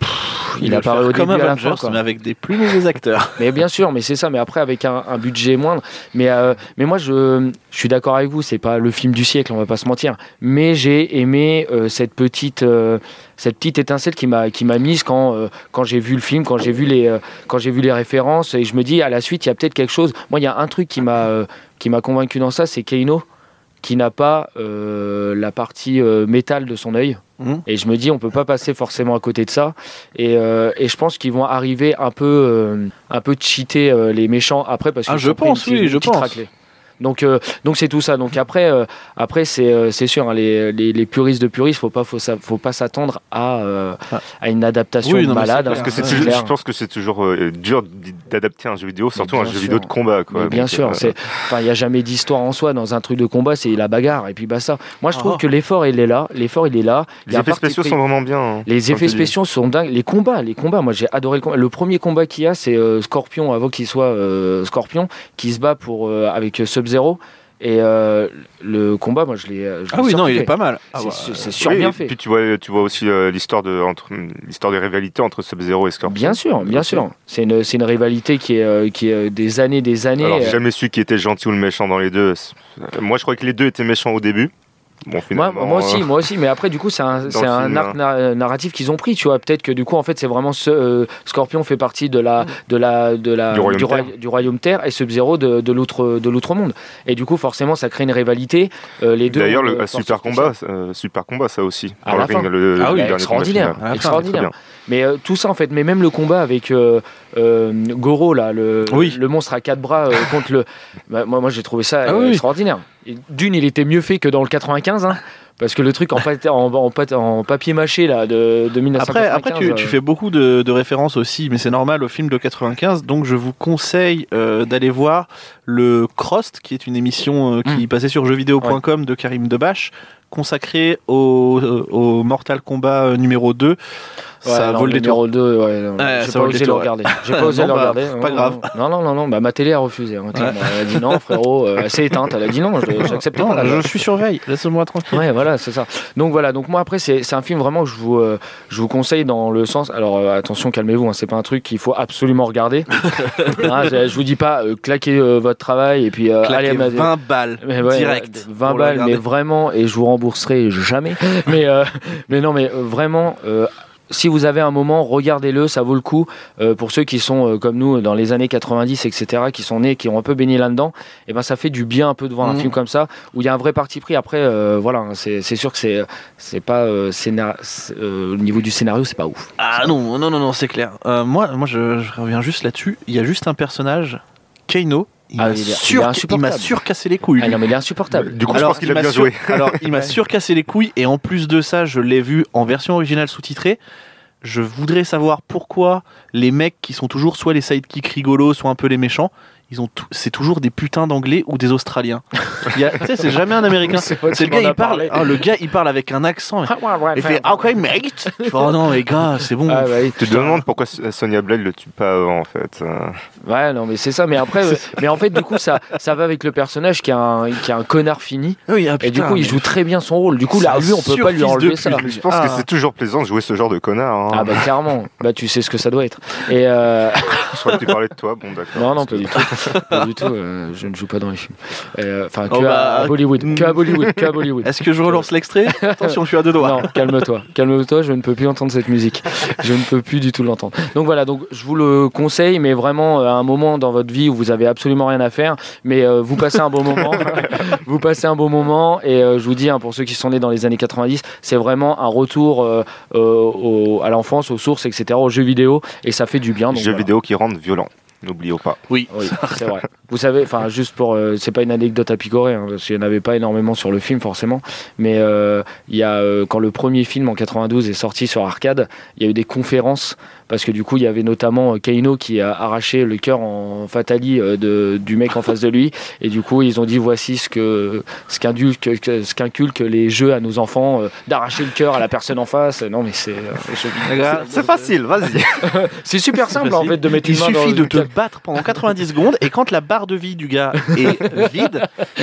Pff, il apparaît au
comme
début à la
Avengers,
fin, quoi.
mais avec des plus mauvais acteurs.
Mais bien sûr, mais c'est ça, mais après avec un, un budget moindre. Mais, euh, mais moi, je, je suis d'accord avec vous, c'est pas le film du siècle, on va pas se mentir. Mais j'ai aimé euh, cette, petite, euh, cette petite étincelle qui m'a qui m'a mise quand, euh, quand j'ai vu le film, quand j'ai vu, les, euh, quand j'ai vu les références. Et je me dis, à la suite, il y a peut-être quelque chose. Moi, il y a un truc qui m'a euh, qui m'a convaincu dans ça, c'est Keino qui n'a pas euh, la partie euh, métal de son œil.
Mhm.
Et je me dis, on peut pas passer forcément à côté de ça. Et, euh, et je pense qu'ils vont arriver un peu, euh, un peu cheater euh, les méchants après parce que
Ah, je pense, oui, je pense.
Donc, euh, donc c'est tout ça. Donc après, euh, après c'est euh, c'est sûr, hein, les, les, les puristes de puristes, faut pas, faut, sa- faut pas s'attendre à, euh,
Ah.
à une adaptation
Oui, non, mais
malade.
c'est
Parce que c'est
hein,
toujours-
clair.
je pense que c'est toujours euh, dur d- d'adapter un jeu vidéo, surtout un
bien
jeu vidéo
sûr.
de combat. Quoi.
Mais bien
Donc,
sûr,
euh,
c'est- enfin, il n'y a jamais d'histoire en soi dans un truc de combat, c'est la bagarre et puis bah ça. Moi, je trouve
Ah.
que l'effort il est là, l'effort il est là. Il y
Les
a un
effets
parti
spéciaux
pris.
sont vraiment bien. hein,
Les
comme tu
effets
dis.
spéciaux sont dingues. Les combats, les combats. Moi, j'ai adoré le combat. Le premier combat qu'il y a, c'est euh, Scorpion, avant qu'il soit euh, Scorpion, qui se bat pour euh, avec euh, Sub-Zero. Et euh, le combat, moi, je l'ai. euh, je
Ah
l'ai
oui, non, il
surkiffé.
est pas mal. Ah
C'est
ouais.
c'est- c'est sûr
Oui,
bien
et
fait.
Puis tu vois, tu vois aussi euh, l'histoire de entre l'histoire de rivalité entre Sub-Zero et Scorpion.
Bien sûr, bien
Ok.
sûr. C'est une, c'est une rivalité qui est, euh, qui est euh, des années, des années. euh,
Alors j'ai jamais su qui était gentil ou le méchant dans les deux. C'est- Moi je croyais que les deux étaient méchants au début. Bon
Moi,
finalement.
moi aussi,
euh,
moi aussi, mais après du coup c'est un,
le
c'est un
film,
arc
hein.
na- euh, narratif qu'ils ont pris, tu vois. Peut-être que du coup en fait c'est vraiment ce, euh, Scorpion fait partie de la de la de la
Du Royaume
roi- du royaume terre et Sub Zero de, de l'autre de l'autre monde. Et du coup forcément ça crée une rivalité. Euh, les deux.
D'ailleurs
ont,
le
euh,
un
force
super
spéciale.
combat, euh, super combat ça aussi.
À
Dans
la
le ring,
fin.
le-
Ah oui,
le dernier
extraordinaire,
combat
À la fin,
extraordinaire.
très
Mais euh, tout ça en fait, mais même le combat avec euh, euh, Goro là, le,
Oui.
le monstre à quatre bras euh, contre le. Bah, moi, moi j'ai trouvé ça
Ah
euh,
oui.
extraordinaire. Et D'une, il était mieux fait que dans le 95, hein, parce que le truc en, pat- en, en pat- en papier mâché là de, de 1995.
Après, après tu, tu
euh,
fais beaucoup de, de références aussi, mais c'est normal au film de 95. Donc, je vous conseille euh, d'aller voir le Crost, qui est une émission euh,
Hmm.
qui passait sur jeuxvideo.com de Karim Debache, consacrée au, euh, au Mortal Kombat euh, numéro 2.
euh, Ouais,
ça
non,
vole
le
des tours.
numéro 2, ouais, non,
Ouais,
j'ai
ça
pas
vole des
osé le
tours, ouais.
regarder. J'ai pas osé le
Non, bah,
regarder.
pas
Non,
grave.
Non, non, non, non, bah, ma télé a refusé. hein, tiens, Elle a dit non, frérot, euh, elle s'est éteinte. Elle a dit non, je- j'accepte
Non,
pas.
je suis surveille, laisse-moi tranquille.
Ouais, voilà, c'est ça. Donc voilà, donc moi après, c'est c'est un film vraiment que je vous, euh, je vous conseille dans le sens. Alors euh, attention, calmez-vous, hein, c'est pas un truc qu'il faut absolument regarder. Hein, je, je vous dis pas, euh, claquez euh, votre travail et puis euh,
Claquer
allez, ma-
20 balles
mais ouais,
direct.
ouais, 20
pour le
balles, mais
regarder.
vraiment, et je vous rembourserai jamais. mais, euh, mais non, mais euh, vraiment. euh, si vous avez un moment, regardez-le, ça vaut le coup. Euh, pour ceux qui sont euh, comme nous dans les années 90, etc., qui sont nés, qui ont un peu baigné là-dedans, et ben ça fait du bien un peu de voir un
Mhm.
film comme ça où il y a un vrai parti pris. Après, euh, voilà, hein, c'est c'est sûr que c'est c'est pas euh, scénar- c'est, euh, au niveau du scénario, c'est pas ouf.
Ah non, non, non, non, c'est clair. Euh, moi, moi je, je reviens juste là-dessus. Il y a juste un personnage, Kano. Il
Ah,
m'a
il est- il est
sur- il m'a
insupportable.
surcassé les couilles.
Ah non, mais il est insupportable.
Du coup je
Alors,
pense qu'il
il
a
m'a
bien
sur-
joué.
Alors, il m'a surcassé les couilles et en plus de ça, je l'ai vu en version originale sous-titrée. Je voudrais savoir pourquoi les mecs qui sont toujours soit les sidekicks rigolos, soit un peu les méchants, ils ont tout- c'est toujours des putains d'anglais ou des australiens. Il y a- Tu sais, c'est jamais un américain.
C'est vrai,
C'est le
tu m'en
gars, il
as parlé.
parle, ah, le gars, il parle avec un accent. Il fait Ah, ok, mate. Je fais, Oh non, les gars, c'est bon.
Ah, bah, il-
Tu te demandes pourquoi Sonia Blade le tue pas avant en fait. euh.
Ouais, non, mais c'est ça. Mais après, euh, mais en fait, du coup, ça, ça va avec le personnage qui a un, qui a un connard fini.
Oui, ah,
Et du
putain,
coup, il
mais-
joue très bien son rôle. Du coup, là,
C'est
lui, on peut pas lui
surfils de
enlever
pute.
ça.
Mais Je pense
Ah.
que c'est toujours plaisant de jouer ce genre de connard.
Ah
Hein.
bah clairement, bah tu sais ce que ça doit être. Et euh,
Je crois que tu parlais de toi, bon d'accord.
non non
Parce
pas
que-
du tout, pas du tout. euh, je ne joue pas dans les films. Euh, Enfin que
Oh, bah,
à, à Bollywood, que à Bollywood, que à Bollywood.
Est-ce que je relance l'extrait Attention, je suis à deux doigts.
Non, calme-toi, calme-toi, je ne peux plus entendre cette musique. Je ne peux plus du tout l'entendre. Donc voilà, donc je vous le conseille, mais vraiment euh, à un moment dans votre vie où vous avez absolument rien à faire, mais euh, vous passez un bon moment, vous passez un bon moment, et euh, je vous dis, hein, pour ceux qui sont nés dans les années 90, c'est vraiment un retour euh, euh, au- à l'enfance, aux sources, etc., aux jeux vidéo, et ça fait du bien. donc
Jeux
voilà.
vidéo qui rendent violents. N'oublions pas.
Oui.
Oui, c'est vrai. Vous savez, enfin, juste pour. euh, c'est pas une anecdote à picorer, hein, parce qu'il n'y en avait pas énormément sur le film, forcément. Mais euh, il y a, euh, quand le premier film en 92 est sorti sur arcade, il y a eu des conférences, parce que du coup, il y avait notamment euh, Kaino qui a arraché le cœur en fatali euh, de, du mec en face de lui. Et du coup, ils ont dit voici ce que ce qu'induque- que- ce qu'inculquent les jeux à nos enfants, euh, d'arracher le cœur à la personne en face. Non, mais c'est. euh,
C'est facile, vas-y.
c'est super simple, en
facile.
fait, de mettre
Il
une main dans
suffit de
le
te battre pendant 90 secondes et quand la barre de vie du gars est vide,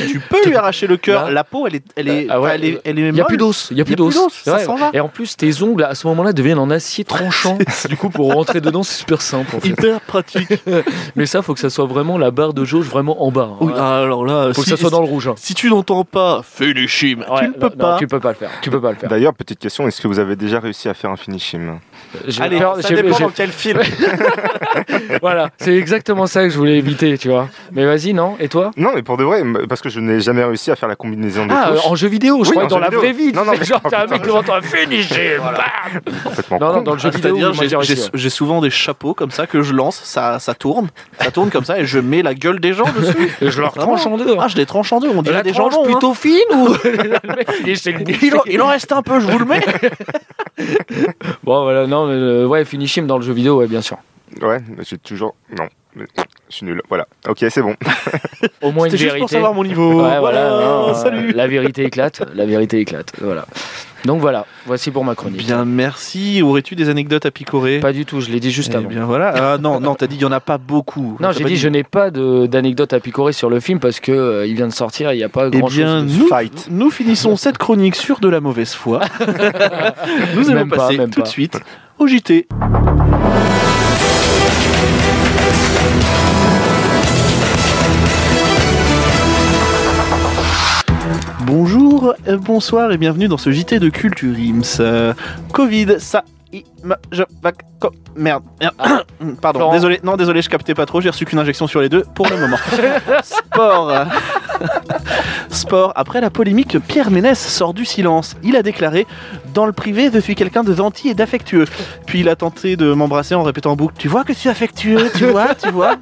tu peux lui arracher le cœur.
Là.
La peau, elle est, elle est,
Ah ouais.
elle est, elle est
Il n'y a
molle.
plus d'os, il n'y a
Y
plus d'os. C'est
ça
vrai.
s'en va.
Et en plus, tes ongles à ce moment-là deviennent en acier tranchant. du coup, pour rentrer dedans, c'est super simple. en fait.
Hyper pratique.
Mais ça, faut que ça soit vraiment la barre de jauge vraiment en bas. hein.
Oui, Ah, alors là,
faut
si,
que ça soit dans le rouge. hein.
si tu n'entends pas, fais les chimes.
Ouais,
tu ne peux
non,
pas.
tu peux pas le faire. Tu peux pas le faire.
D'ailleurs, petite question, est-ce que vous avez déjà réussi à faire un finish him
J'ai
Allez,
peur-
ça
j'ai-
dépend
j'ai-
dans quel film.
Voilà, c'est exactement ça que je voulais éviter, tu vois. Mais vas-y, non Et toi
Non, mais pour de vrai, m- parce que je n'ai jamais réussi à faire la combinaison des
Ah, euh,
touches.
en jeu vidéo, je
Oui,
crois,
en
dans
jeu
la
vidéo.
vraie vie.
Non, non,
tu sais,
mais-
genre, t'as un mec devant toi, finissez bam
Complètement
Non, non,
con.
dans le jeu
Ah,
vidéo,
C'est-à-dire,
moi, bah, j'ai
j'ai- j'ai
réussi, ouais.
j'ai souvent des chapeaux comme ça que je lance, ça, ça tourne, ça tourne comme ça et je mets la gueule des gens dessus.
Et je leur
Vraiment.
tranche en deux. hein.
Ah, je les tranche en deux, on dirait
La
des gens hein.
tranche plutôt fine ou Le mec, il essaie de
Il en, il en reste un peu, je vous le mets.
Bon voilà, non, mais, euh, ouais, finish him dans le jeu vidéo, ouais, bien sûr.
Ouais, mais j'ai toujours. Non, mais je suis nul. Voilà. Ok, c'est bon.
Au moins une vérité.
C'était juste pour savoir mon niveau.
Ouais, voilà,
Voilà,
non, euh,
salut.
La vérité éclate, la vérité éclate, voilà. Donc voilà, voici pour ma chronique.
Bien, merci. Aurais-tu des anecdotes à picorer
Pas du tout, je l'ai dit juste
Eh
avant.
bien voilà. Ah, non, non, t'as dit il y en a pas beaucoup.
Non,
T'as
j'ai
pas
dit je n'ai pas de- d'anecdote à picorer sur le film parce que euh, il vient de sortir, il n'y a pas
Eh
grand
bien,
chose.
nous,
Fight.
nous finissons cette chronique sur de la mauvaise foi. nous allons
Même pas,
passer
même
tout
pas.
de suite au JT. Bonjour, euh, bonsoir et bienvenue dans ce JT de Culture Ims. Euh, Covid, ça. i- ma- je- va- co- Merde, merde. pardon,
Florent.
désolé, non, désolé, je captais pas trop, j'ai reçu qu'une injection sur les deux pour le moment. Sport, euh, Sport, après la polémique, Pierre Ménès sort du silence. Il a déclaré Dans le privé, je suis quelqu'un de gentil et d'affectueux. Puis il a tenté de m'embrasser en répétant en boucle Tu vois que je suis affectueux, tu vois, tu vois.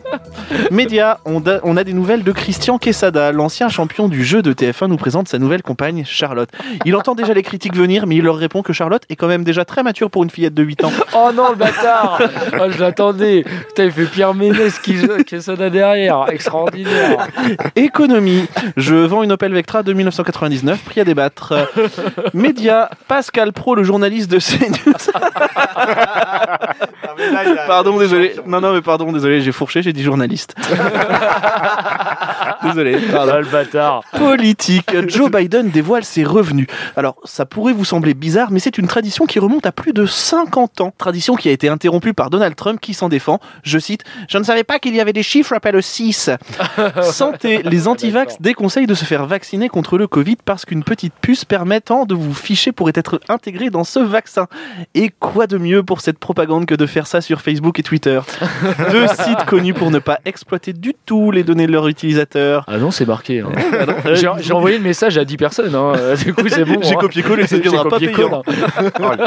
Média, on, da- on a des nouvelles de Christian Quesada. L'ancien champion du jeu de TF1 nous présente sa nouvelle compagne, Charlotte. Il entend déjà les critiques venir, mais il leur répond que Charlotte est quand même déjà très mature pour une fillette de 8 ans.
Oh non, le bâtard Oh, Je l'attendais Putain, il fait Pierre Ménès qui, qui sonne à derrière, extraordinaire
Économie. Je vends une Opel Vectra de 1999, prix à débattre. Euh, Média. Pascal Pro, le journaliste de CNews.
Ah,
Pardon, désolé. Non, non, mais pardon, désolé, j'ai fourché, j'ai dit journaliste. désolé.
Ah
pardon.
le bâtard
Politique. Joe Biden dévoile ses revenus. Alors, ça pourrait vous sembler bizarre, mais c'est une tradition qui remonte à plus de 50 ans. Tradition qui a été interrompue par Donald Trump qui s'en défend. Je cite Je ne savais pas qu'il y avait des chiffres après le 6. Santé. Les antivax
D'accord.
déconseillent de se faire vacciner contre le Covid parce qu'une petite puce permettant de vous ficher pourrait être intégrée dans ce vaccin. Et quoi de mieux pour cette propagande que de faire ça sur Facebook et Twitter Deux sites connus pour ne pas exploiter du tout les données de leurs utilisateurs.
Ah non, c'est marqué. hein.
Ah non, euh,
J'ai j'ai envoyé le message à 10 personnes, hein. euh, du coup c'est bon.
J'ai
hein.
copié-collé, ça
J'ai
deviendra pas
copié-collé,
payant.
hein.
Oh, les-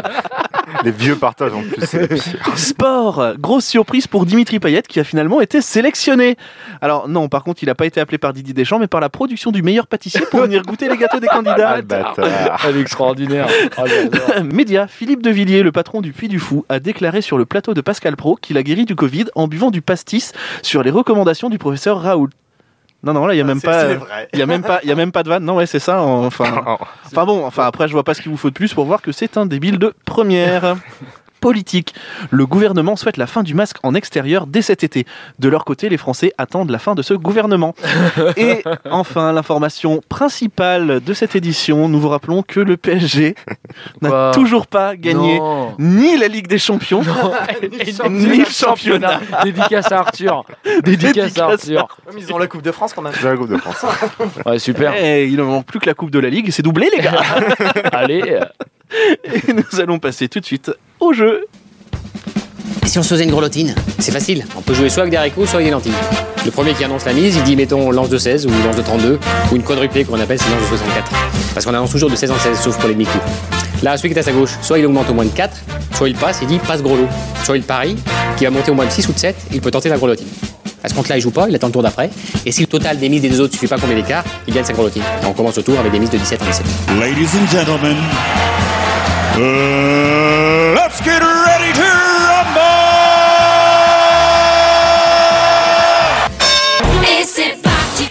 les vieux partages en plus, c'est le pire.
Sport Grosse surprise pour Dimitri Payet qui a finalement été sélectionné. Alors non, par contre, il n'a pas été appelé par Didier Deschamps, mais par la production du meilleur pâtissier pour venir goûter les gâteaux des
Ah,
candidats.
le bâtard.
Elle est Ah, extraordinaire. Ah, j'adore.
Média, Philippe Devilliers, le patron du Puy du Fou, a déclaré sur le plateau de Pascal Pro qu'il a guéri du Covid en buvant du pastis sur les recommandations du professeur Raoul. Non, non, là, il n'y a même pas...
euh,
vrai.
Il y a même pas, il y a même pas de vanne. Non, ouais, c'est ça. Enfin,
Oh.
Enfin bon, enfin après je vois pas ce qu'il vous faut de plus pour voir que c'est un débile de première. Politique. Le gouvernement souhaite la fin du masque en extérieur dès cet été. De leur côté, les Français attendent la fin de ce gouvernement. Et enfin, l'information principale de cette édition, nous vous rappelons que le PSG n'a
Quoi
toujours pas gagné
Non.
ni la Ligue des Champions, ni le championnat.
Dédicace à Arthur. Dédicace à
Dédicace à
Arthur.
Comme ils ont la Coupe de France quand même.
J'ai un groupe de France.
Ouais, super.
Eh, il ne manque plus que la Coupe de la Ligue, c'est doublé les gars.
Allez.
Et nous allons passer tout de suite au jeu
Et si on se faisait une grelottine C'est facile. On peut jouer soit avec des haricots, soit avec des lentilles. Le premier qui annonce la mise, il dit mettons lance de 16 ou lance de 32, ou une quadruplée qu'on appelle c'est lance de 64. Parce qu'on annonce toujours de 16 en 16, sauf pour les demi-coups. Là, celui qui est à sa gauche, soit il augmente au moins de 4, soit il passe, il dit passe gros lot. Soit il parie, qui va monter au moins de 6 ou de 7, il peut tenter la grelottine. À ce compte-là, il joue pas, il attend le tour d'après. Et si le total des mises des deux autres ne suffit pas combien d'écart, il gagne sa grelottine. Et on commence le tour avec des mises de 17 en
Euh,
17.
Ladies and gentlemen, let's get ready to
Et c'est parti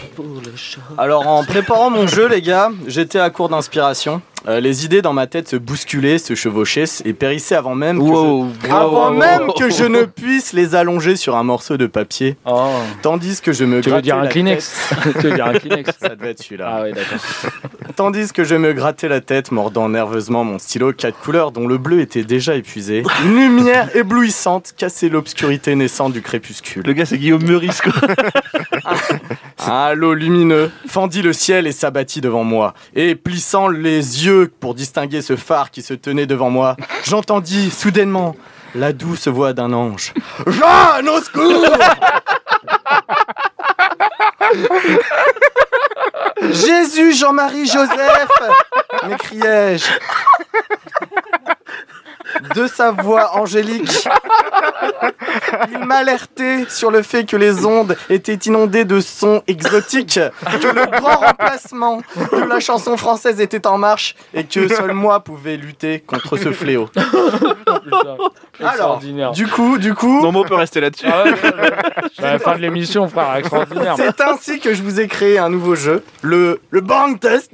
Alors en préparant mon jeu les gars, j'étais à court d'inspiration. Euh, les idées dans ma tête se bousculaient, se chevauchaient et périssaient avant même que,
Wow,
je...
wow,
avant
wow,
même
wow.
que je ne puisse les allonger sur un morceau de papier. Tandis que je me
Oh. Tu veux
grattais
dire un
la
Kleenex
tête-
Tu veux dire un Kleenex
Ça devait être celui-là.
Ah ouais, d'accord.
Tandis que je me grattais la tête, mordant nerveusement mon stylo quatre couleurs dont le bleu était déjà épuisé. Une lumière éblouissante cassait l'obscurité naissante du crépuscule.
Le gars, c'est Guillaume Meurice, quoi.
Un halo lumineux fendit le ciel et s'abattit devant moi. Et plissant les yeux pour distinguer ce phare qui se tenait devant moi, j'entendis soudainement la douce voix d'un ange. Jeanne, au secours Jésus, Jean-Marie, Joseph m'écriai-je. De sa voix angélique, il m'alertait sur le fait que les ondes étaient inondées de sons exotiques, que le grand remplacement de la chanson française était en marche et que seul moi pouvais lutter contre ce fléau. Alors,
Extraordinaire.
du coup, du coup,
Mon mot peut rester là-dessus.
Ah ouais, ouais, ouais. Bah, la fin de l'émission, frère, extraordinaire.
c'est ainsi que je vous ai créé un nouveau jeu, le, le Bang Test.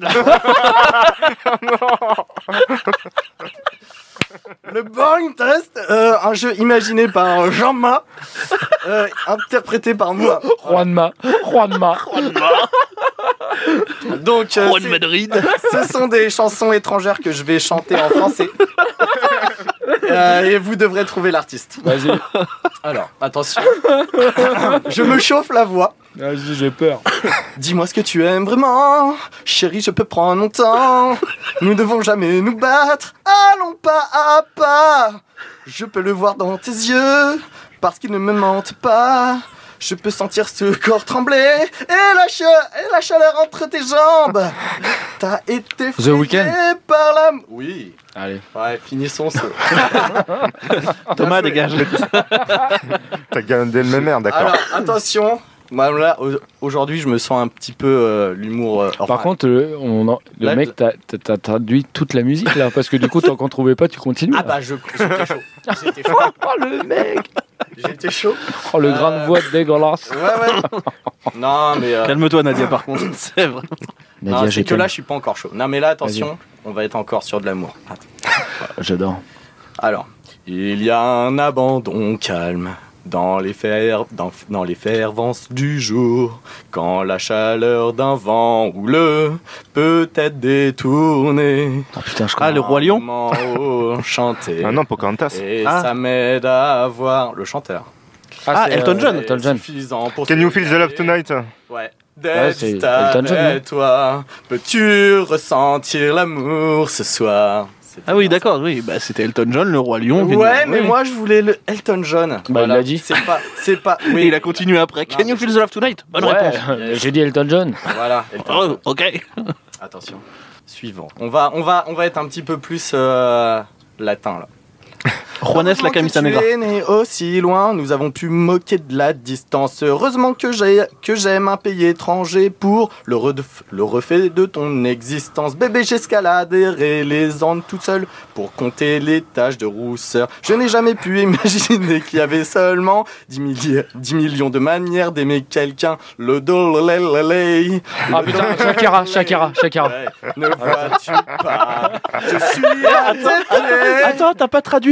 Le Bang Test, euh, un jeu imaginé par Jean-Ma, euh, interprété par moi.
Juanma, Juanma.
Donc, euh, c'est- ce sont des chansons étrangères que je vais chanter en français. Euh, et vous devrez trouver l'artiste.
Vas-y,
Alors, attention. je me chauffe la voix.
vas-y, j'ai peur.
Dis-moi ce que tu aimes vraiment. Chérie, je peux prendre mon temps. Nous ne devons jamais nous battre. Allons pas à pas. Je peux le voir dans tes yeux. Parce qu'ils ne me mentent pas. Je peux sentir ce corps trembler. Et la, cha- et la chaleur entre tes jambes. T'as été
The Weeknd.
fouillé par la... Oui.
Allez.
Ouais, finissons ce...
Thomas, dégage.
T'as gardé le même air, d'accord.
Alors, attention. Moi, là, au- aujourd'hui, je me sens un petit peu euh, l'humour... euh,
Par
enfin,
contre, le, on en- le
Là,
mec, t'as- t'as t'as traduit toute la musique là, parce que du coup, tant qu'on trouvait pas, tu continues.
Ah bah je j'étais chaud. J'étais chaud.
Oh le mec
J'étais chaud.
Oh le grain de voix dégueulasse
Ouais ouais. Non mais euh,
Calme-toi, Nadia, par contre. C'est vrai. Ah,
non, c'est que
t'aime.
là je suis pas encore chaud. Non mais là attention, on va être encore sur de l'amour. Attends.
J'adore.
Alors, il y a un abandon calme dans les fer- dans, dans l'effervescence du jour, quand la chaleur d'un vent houleux peut être détournée.
Ah putain, je crois.
Ah, le Roi Lion
Lion chanté.
Ah non, Pocahontas.
Et
Ah.
ça m'aide à avoir le chanteur.
Ah,
c'est,
Elton
euh,
John.
Elton John.
Suffisant pour
Can
se
you feel the love
régaler.
tonight
Ouais.
Ouais, c'est Elton John,
avec
ouais.
toi, peux-tu ressentir l'amour ce soir
Ah oui, d'accord, oui. Bah, c'était Elton John, le roi lion.
Ouais, mais
Oui.
moi je voulais le Elton John. Bah,
il l'a dit.
C'est pas, c'est pas.
Et
Oui,
il a continué après. Can you feel the love tonight Bonne
Ouais, euh,
réponse.
j'ai dit Elton John.
Voilà. Elton John.
Oh, ok.
Attention. Suivant. On va, on va, on va être un petit peu plus euh, latin là.
Juanes la
Heureusement que
camisa
tu
negra.
es né aussi loin, nous avons pu moquer de la distance. Heureusement que j'ai que j'aime un pays étranger pour le, redef- le refait de ton existence. Bébé, j'escaladerai les Andes toute seule pour compter les taches de rousseur. Je n'ai jamais pu imaginer qu'il y avait seulement 10, milli- 10 millions de manières d'aimer quelqu'un. Le dololololei.
Ah putain, Shakira, Shakira, Shakira.
Ouais, ne vois-tu pas Je suis à tes pieds.
Attends, t'as pas traduit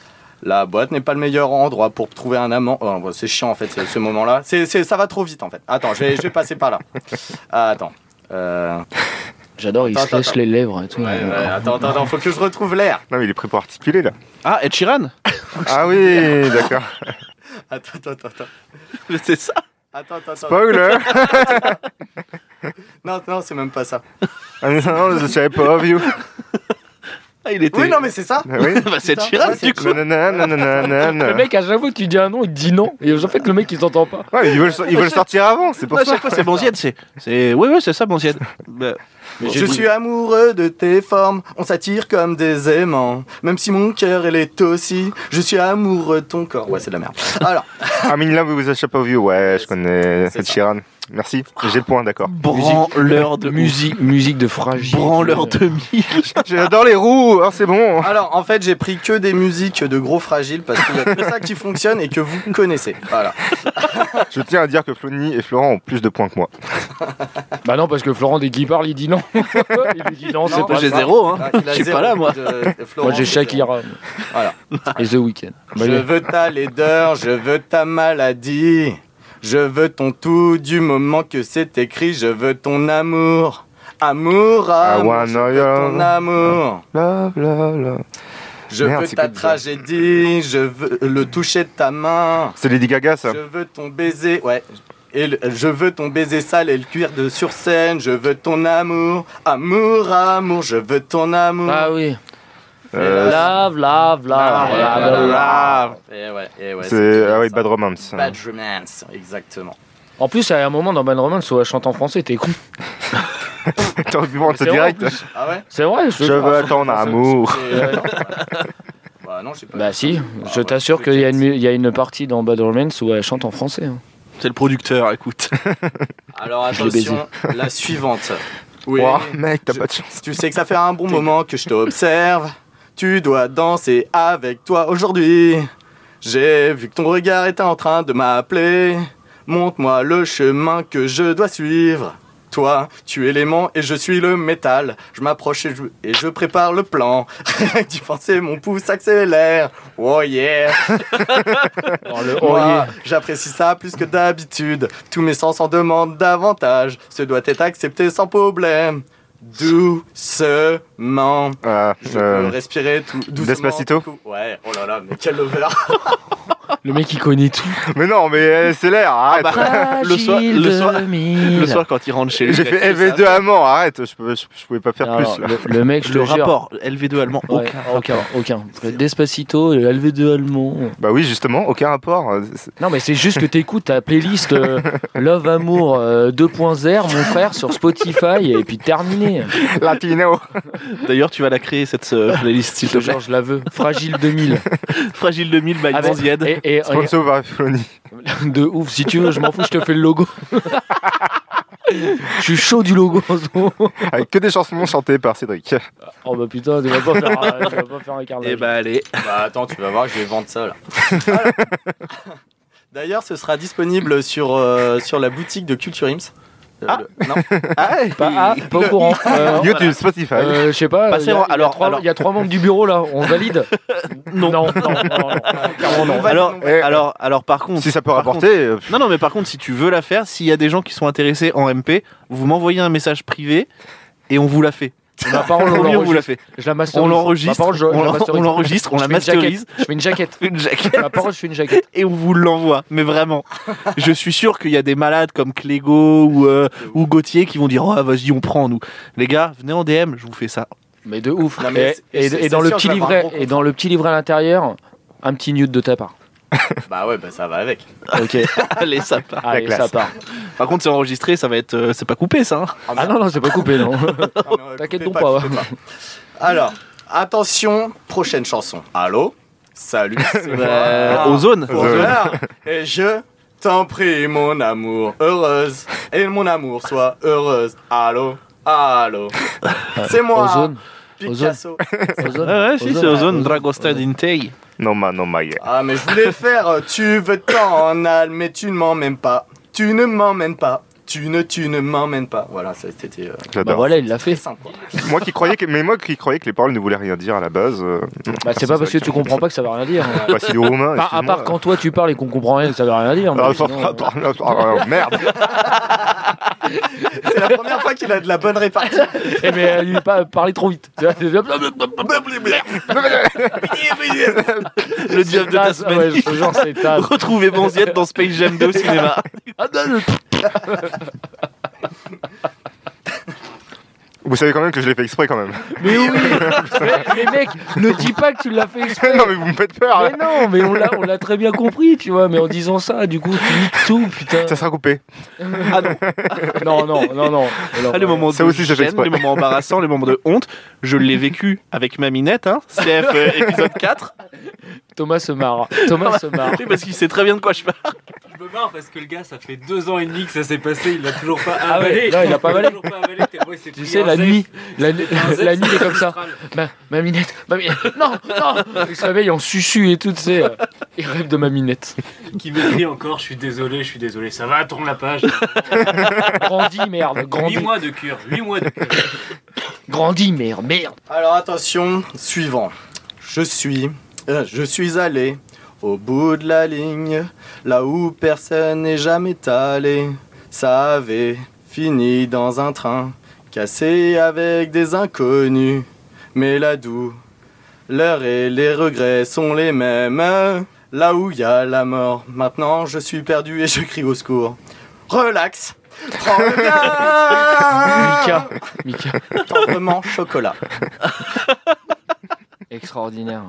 La boîte n'est pas le meilleur endroit pour trouver un amant. Oh, bon, c'est chiant en fait ce, ce moment-là. C'est, c'est- ça va trop vite en fait. Attends, je vais, je vais passer par là. Ah, attends. Euh,
j'adore, il
Attends,
se lèche
attends.
les lèvres et tout.
ouais, ouais, attends, attends, attends, faut que je retrouve l'air.
Non, mais il est prêt pour articuler là.
Ah, Ed Sheeran
Ah oui, d'accord.
Attends, attends, attends, attends.
C'est ça
Attends, attends, attends.
Spoiler
Non, non, c'est même pas ça.
Ah non, the shape of you.
il était.
Oui, non, mais c'est ça.
Ah
bah, c'est
Putain,
Chirac,
ouais, c'est
du coup.
Le mec, à chaque fois que tu dis un nom, il te dit non. Et en fait, le mec, il t'entend pas.
Ouais, ils veulent, ils veulent sortir avant, c'est pour
À
ça.
chaque fois, c'est Bonzienne, c'est. c'est- Oui, oui, c'est ça, Bonzienne. Bah, j'ai
Je
dit-
suis amoureux de tes formes, on s'attire comme des aimants. Même si mon cœur, elle est aussi. Je suis amoureux de ton corps. Ouais, c'est de la merde. Alors,
I'm in love with the shape of you. Ouais, je connais Ed Sheeran. Merci,
Oh.
j'ai le point, d'accord.
Branleur de
Musique, musique de fragile.
Branleur de mille.
J'adore les roues, hein, c'est bon.
alors, en fait, j'ai pris que des musiques de gros fragiles parce qu'il y a que ça qui fonctionne et que vous connaissez. Voilà.
Je tiens à dire que Flony et Florent ont plus de points que moi.
Bah non, parce que Florent, dès qu'il parle, il dit non. il lui dit non, c'est
Non,
pas
J'ai
ça.
zéro, hein.
Ah, il a
Je suis
zéro
pas là, moi.
de- de Florent,
Moi, j'ai
c'est zéro.
Shakira.
Voilà.
Et The Weeknd. Bah,
je
allez.
veux ta laideur, je veux ta maladie. Je veux ton tout du moment que c'est écrit. Je veux ton amour. Amour, amour,
wanna
je veux ton
your-
amour.
Love, love, love.
Je
Merde,
veux
c'est
ta
quoi le bizarre
tragédie, je veux le toucher de ta main.
C'est Lady Gaga, ça.
Je veux ton baiser, ouais. Et le- je veux ton baiser sale et le cuir de sur scène. Je veux ton amour, amour, amour. Je veux ton amour.
Ah oui.
Euh,
Love, love, love,
Ah,
love,
ouais,
love,
ouais,
love.
ouais, ouais. Et ouais, et ouais,
c'est
bien
ah oui,
ça.
Bad Romance.
Bad Romance, exactement.
En plus, à un moment dans Bad Romance, où elle chante en français, t'es con.
T'aurais pu prendre ça
C'est vrai, en
direct.
plus.
Ah ouais
C'est vrai,
Je veux ton amour.
Et, euh, non, ouais. Bah non, je sais pas.
Bah si,
Ah,
je
ouais,
t'assure
peut-être.
qu'il y, a une mu- il y a une partie dans Bad Romance où elle chante en français. hein.
C'est le producteur, écoute.
Alors
Je l'ai baisé.
attention, la suivante. Oui.
Ouah, mec, t'as
Je-
pas de chance.
Tu sais que ça fait un bon moment que je t'observe. Tu dois danser avec toi aujourd'hui. J'ai vu que ton regard était en train de m'appeler. Montre-moi le chemin que je dois suivre. Toi, tu es l'aimant et je suis le métal. Je m'approche et je, et je prépare le plan. tu pensais mon pouce accélère. Oh yeah. Moi, j'apprécie ça plus que d'habitude. Tous mes sens en demandent davantage. Ce doit être accepté sans problème. Doucement.
Ah,
Je peux
euh,
respirer tout doucement.
Despacito
Ouais, oh là là, mais quel lover
Le mec il connaît tout.
mais non, mais
Ah,
euh, c'est
bah,
l'air, arrête.
le soir- le soir- Le soir, quand il rentre chez lui.
J'ai
il a
fait
que ça.
LV2 amant, arrête, je, peux- je, je pouvais pas faire
Ah,
Alors,
plus là.
le, le mec, je
Le
le jure.
rapport LV2 allemand,
Ouais,
aucun.
aucun, aucun. Le Despacito, le LV2 allemand.
Bah oui, justement, aucun rapport. euh, c'est-
Non, mais c'est juste que t'écoutes ta playlist euh, Love Amour euh, 2.0, mon frère, sur Spotify, et puis terminé.
Latino.
D'ailleurs, tu vas la créer cette euh, playlist, s'il te plaît.
Genre, je la veux. Fragile 2000.
Fragile 2000 by
Avec-
Bonzienne.
et- et- et-
Sponsor par Flony.
De ouf, si tu veux, je m'en fous, je te fais le logo. Je suis chaud du logo en ce moment.
Avec que des chansons chantées par Cédric.
Oh bah putain, tu vas pas faire, un- tu vas pas faire un carnage.
Et bah allez,
Bah attends, tu vas voir, je vais vendre ça là. Voilà. D'ailleurs, ce sera disponible sur, euh, sur la boutique de Culture Ims. Euh,
Ah.
le- Non
pas, ah, pas au courant. Euh,
YouTube, Spotify.
euh, je sais pas,
Passez
il y, a-
en-
il y a
alors-
trois-
alors-
il y a trois membres du bureau là, on valide Non, non, non, non, non, clairement non.
alors,
Eh,
alors, alors par contre,
si ça peut
par
rapporter, euh,
Non, non, mais par contre, si tu veux la faire, s'il y a des gens qui sont intéressés en MP, vous m'envoyez un message privé et on vous la fait.
Ma parole, on
Promis, on vous la
l'enregistre.
fait.
Je la masterise.
On
Ma
l'enregistre,
parole, je-
on
je la
l'en- on
masterise.
l'enregistre, on
Je
la
fais une jaquette,
masterise,
Je fais une jaquette.
une jaquette,
Ma parole, je fais une jaquette.
et on vous l'envoie. Mais vraiment, je suis sûr qu'il y a des malades comme Clégo ou, euh, ou Gauthier qui vont dire Oh, vas-y, on prend, nous. Les gars, venez en DM, je vous fais ça.
Mais de ouf.
Non, mais c'est-
et, et-
c'est-
et dans
c'est
le
sûr,
petit
je vais avoir un
livret,
gros
et dans le petit livret à l'intérieur, un petit nude de ta part.
Bah ouais, bah ça va avec.
Ok.
Allez, ça part.
Allez, ça
classe.
part.
Par contre, c'est enregistré, ça va être. euh, c'est pas coupé, ça. hein.
Ah non, non, c'est pas coupé, non.
Non, mais, euh,
T'inquiète
coupez
donc pas.
coupez Alors, attention, prochaine chanson. Allô Salut. c'est moi.
Euh, Ozone.
Ozone.
Bonsoir. Et je t'en prie, mon amour, heureuse. Et mon amour, sois heureuse. Allô, allô. C'est moi,
Ozone.
Picasso.
Ozone.
Ouais, ouais, si, c'est Ozone,
Ozone.
Dragosta
Ozone.
Dintei.
non, ma, non, ma, yeah.
Ah, mais je voulais faire euh, Tu veux t'en aller, mais tu ne m'emmènes pas. Tu ne m'emmènes pas. Tu ne, tu ne m'emmènes pas. Voilà, ça, c'était euh,
Bah
J'adore.
voilà, il l'a
très
Ah,
fait.
simple. quoi.
moi qui croyais que, mais moi qui croyais que les paroles ne voulaient rien dire à la base. euh,
Bah, c'est pas parce que tu comprends pas que ça veut rien dire.
bah, c'est du roumain.
Enfin, à
excuse-moi.
part quand toi tu parles et qu'on comprend rien, ça veut rien dire. mais
Ah,
sinon,
ah,
euh,
ah, ah, ah, merde.
C'est la première fois qu'il a de la bonne répartie.
eh, mais elle lui pas parler trop vite.
Le diable de
Ah,
Tasmanie.
ouais, je te jure, c'est ta.
Retrouvez Bonziette dans Space Jam 2 au cinéma.
Ah, non, non.
Vous savez quand même que je l'ai fait exprès quand même.
Mais oui Mais mec, ne dis pas que tu l'as fait exprès
Non mais vous me faites peur hein.
Mais non, mais on l'a- on l'a très bien compris, tu vois, mais en disant ça, du coup, tu niques tout, putain
Ça sera coupé.
Ah non.
Non, non, non, non Alors,
Ah, les moments
Ça
de
aussi, j'ai fait
gêne,
exprès.
les moments embarrassants, les moments de honte, je l'ai vécu avec ma minette, hein, CF euh, épisode 4.
euh, Thomas se marre, Thomas se marre
Oui, parce qu'il sait très bien de quoi je parle.
Je me marre parce que le gars, ça fait deux ans et demi que ça s'est passé, il l'a toujours pas
Ah ouais,
avalé.
non, il l'a pas avalé.
toujours pas avalé, tellement il s'est
Tu
pris
sais,
un
la
zeste.
nuit, la,
Il s'est pris un
la
zeste
nuit, il est comme ça
magistral.
Ma, ma minette, ma minette, non, non Il se réveille en susu et tout, tu sais, euh, il rêve de ma minette
Qui m'écrit encore, je suis désolé, je suis désolé, ça va, tourne la page.
Grandis, merde,
8
grandis,
mois de cure, 8 mois de cure.
grandis, merde, merde
Alors attention, suivant. Je suis, euh, je suis allé au bout de la ligne, là où personne n'est jamais allé. Ça avait fini dans un train, cassé avec des inconnus. Mais là d'où l'heure et les regrets sont les mêmes, là où il y a la mort. Maintenant je suis perdu et je crie au secours. Relax, prends le bien,
Ah.
Mika, Mika,
tendrement chocolat.
extraordinaire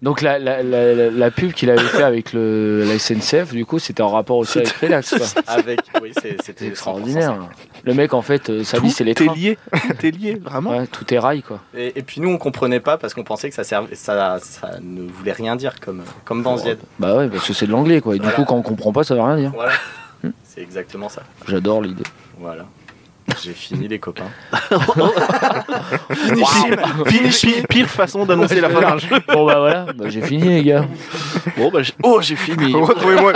donc la, la, la, la- la pub qu'il avait fait avec le, la SNCF, du coup, c'était en rapport aussi avec Relax. quoi.
Avec, oui, c'est- c'était
C'est extraordinaire. Le mec, en fait, euh, sa
Tout
vie, c'est les
est
trains.
lié, tout est lié, vraiment.
Ouais, tout est rail, quoi.
100%. Et, et puis nous, on comprenait pas parce qu'on pensait que ça, servait, ça, ça ne voulait rien dire comme, comme dans Z.
Bah ouais, parce que c'est de l'anglais, quoi. Et du
Voilà.
coup, quand on comprend pas, ça veut rien dire.
Voilà. C'est exactement ça.
J'adore l'idée.
Voilà. J'ai fini les copains.
Pire, pire- pire façon d'annoncer la fin d'un jeu.
Bon bah voilà, Bah, j'ai fini, les gars.
Bon, bah, j'ai- oh, j'ai fini. Ah,
Retrouvez-moi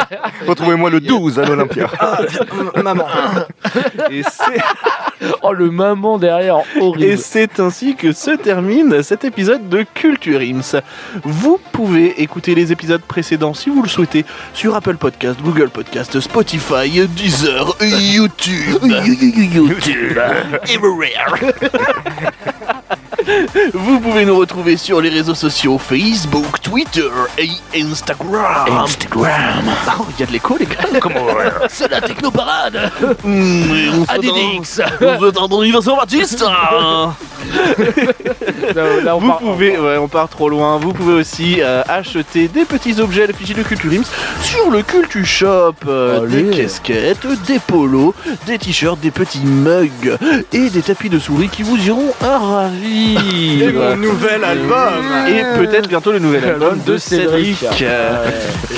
retrouvez le 12 à l'Olympia.
euh,
Maman.
Et c'est.
Oh, le maman derrière,
Et
horrible.
c'est ainsi que se termine cet épisode de Culture Ims. Vous pouvez écouter les épisodes précédents si vous le souhaitez sur Apple Podcast, Google Podcast, Spotify, Deezer, YouTube. YouTube. Everywhere. Vous pouvez nous retrouver sur les réseaux sociaux Facebook, Twitter et Instagram. Instagram. Oh, il y a de l'écho, les gars. Comment C'est la technoparade. Mmh, et on se
Adidix.
on se dans l'universel Baptiste
Là, là, on
Vous
part-
pouvez, ouais, on part trop loin, vous pouvez aussi euh, acheter des petits objets à l'effigie de Culture Ims sur le Culture Shop. euh,
Allez.
des casquettes, des polos, des t-shirts, des petits mugs et des tapis de souris qui vous iront à
Et mon
ravir.
nouvel album.
Et peut-être bientôt le nouvel
L'album
album de
de
Cédric,
Cédric.
euh,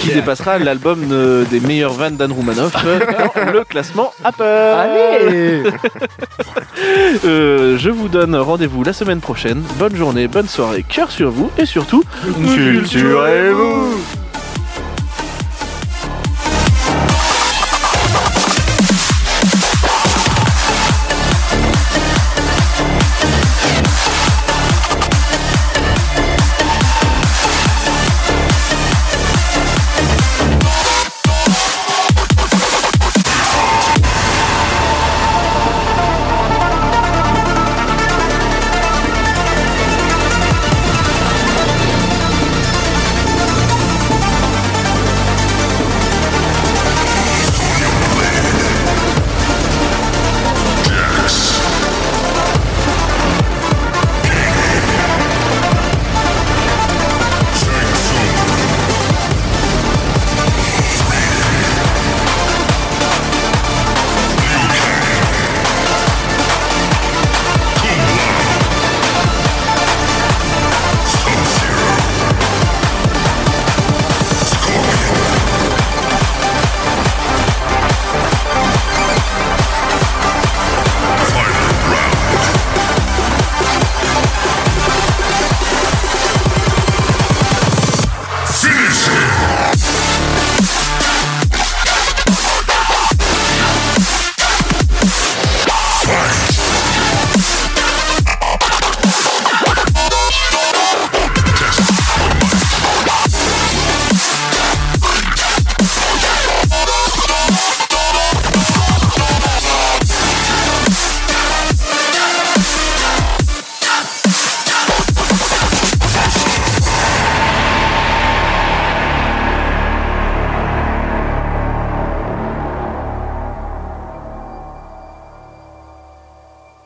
qui dépassera l'album euh, des meilleurs vannes d'Anne Roumanoff euh, dans le classement Apple.
Allez
Euh, je vous donne rendez-vous la semaine prochaine. Bonne journée, bonne soirée, cœur sur vous et surtout,
Culturez-vous.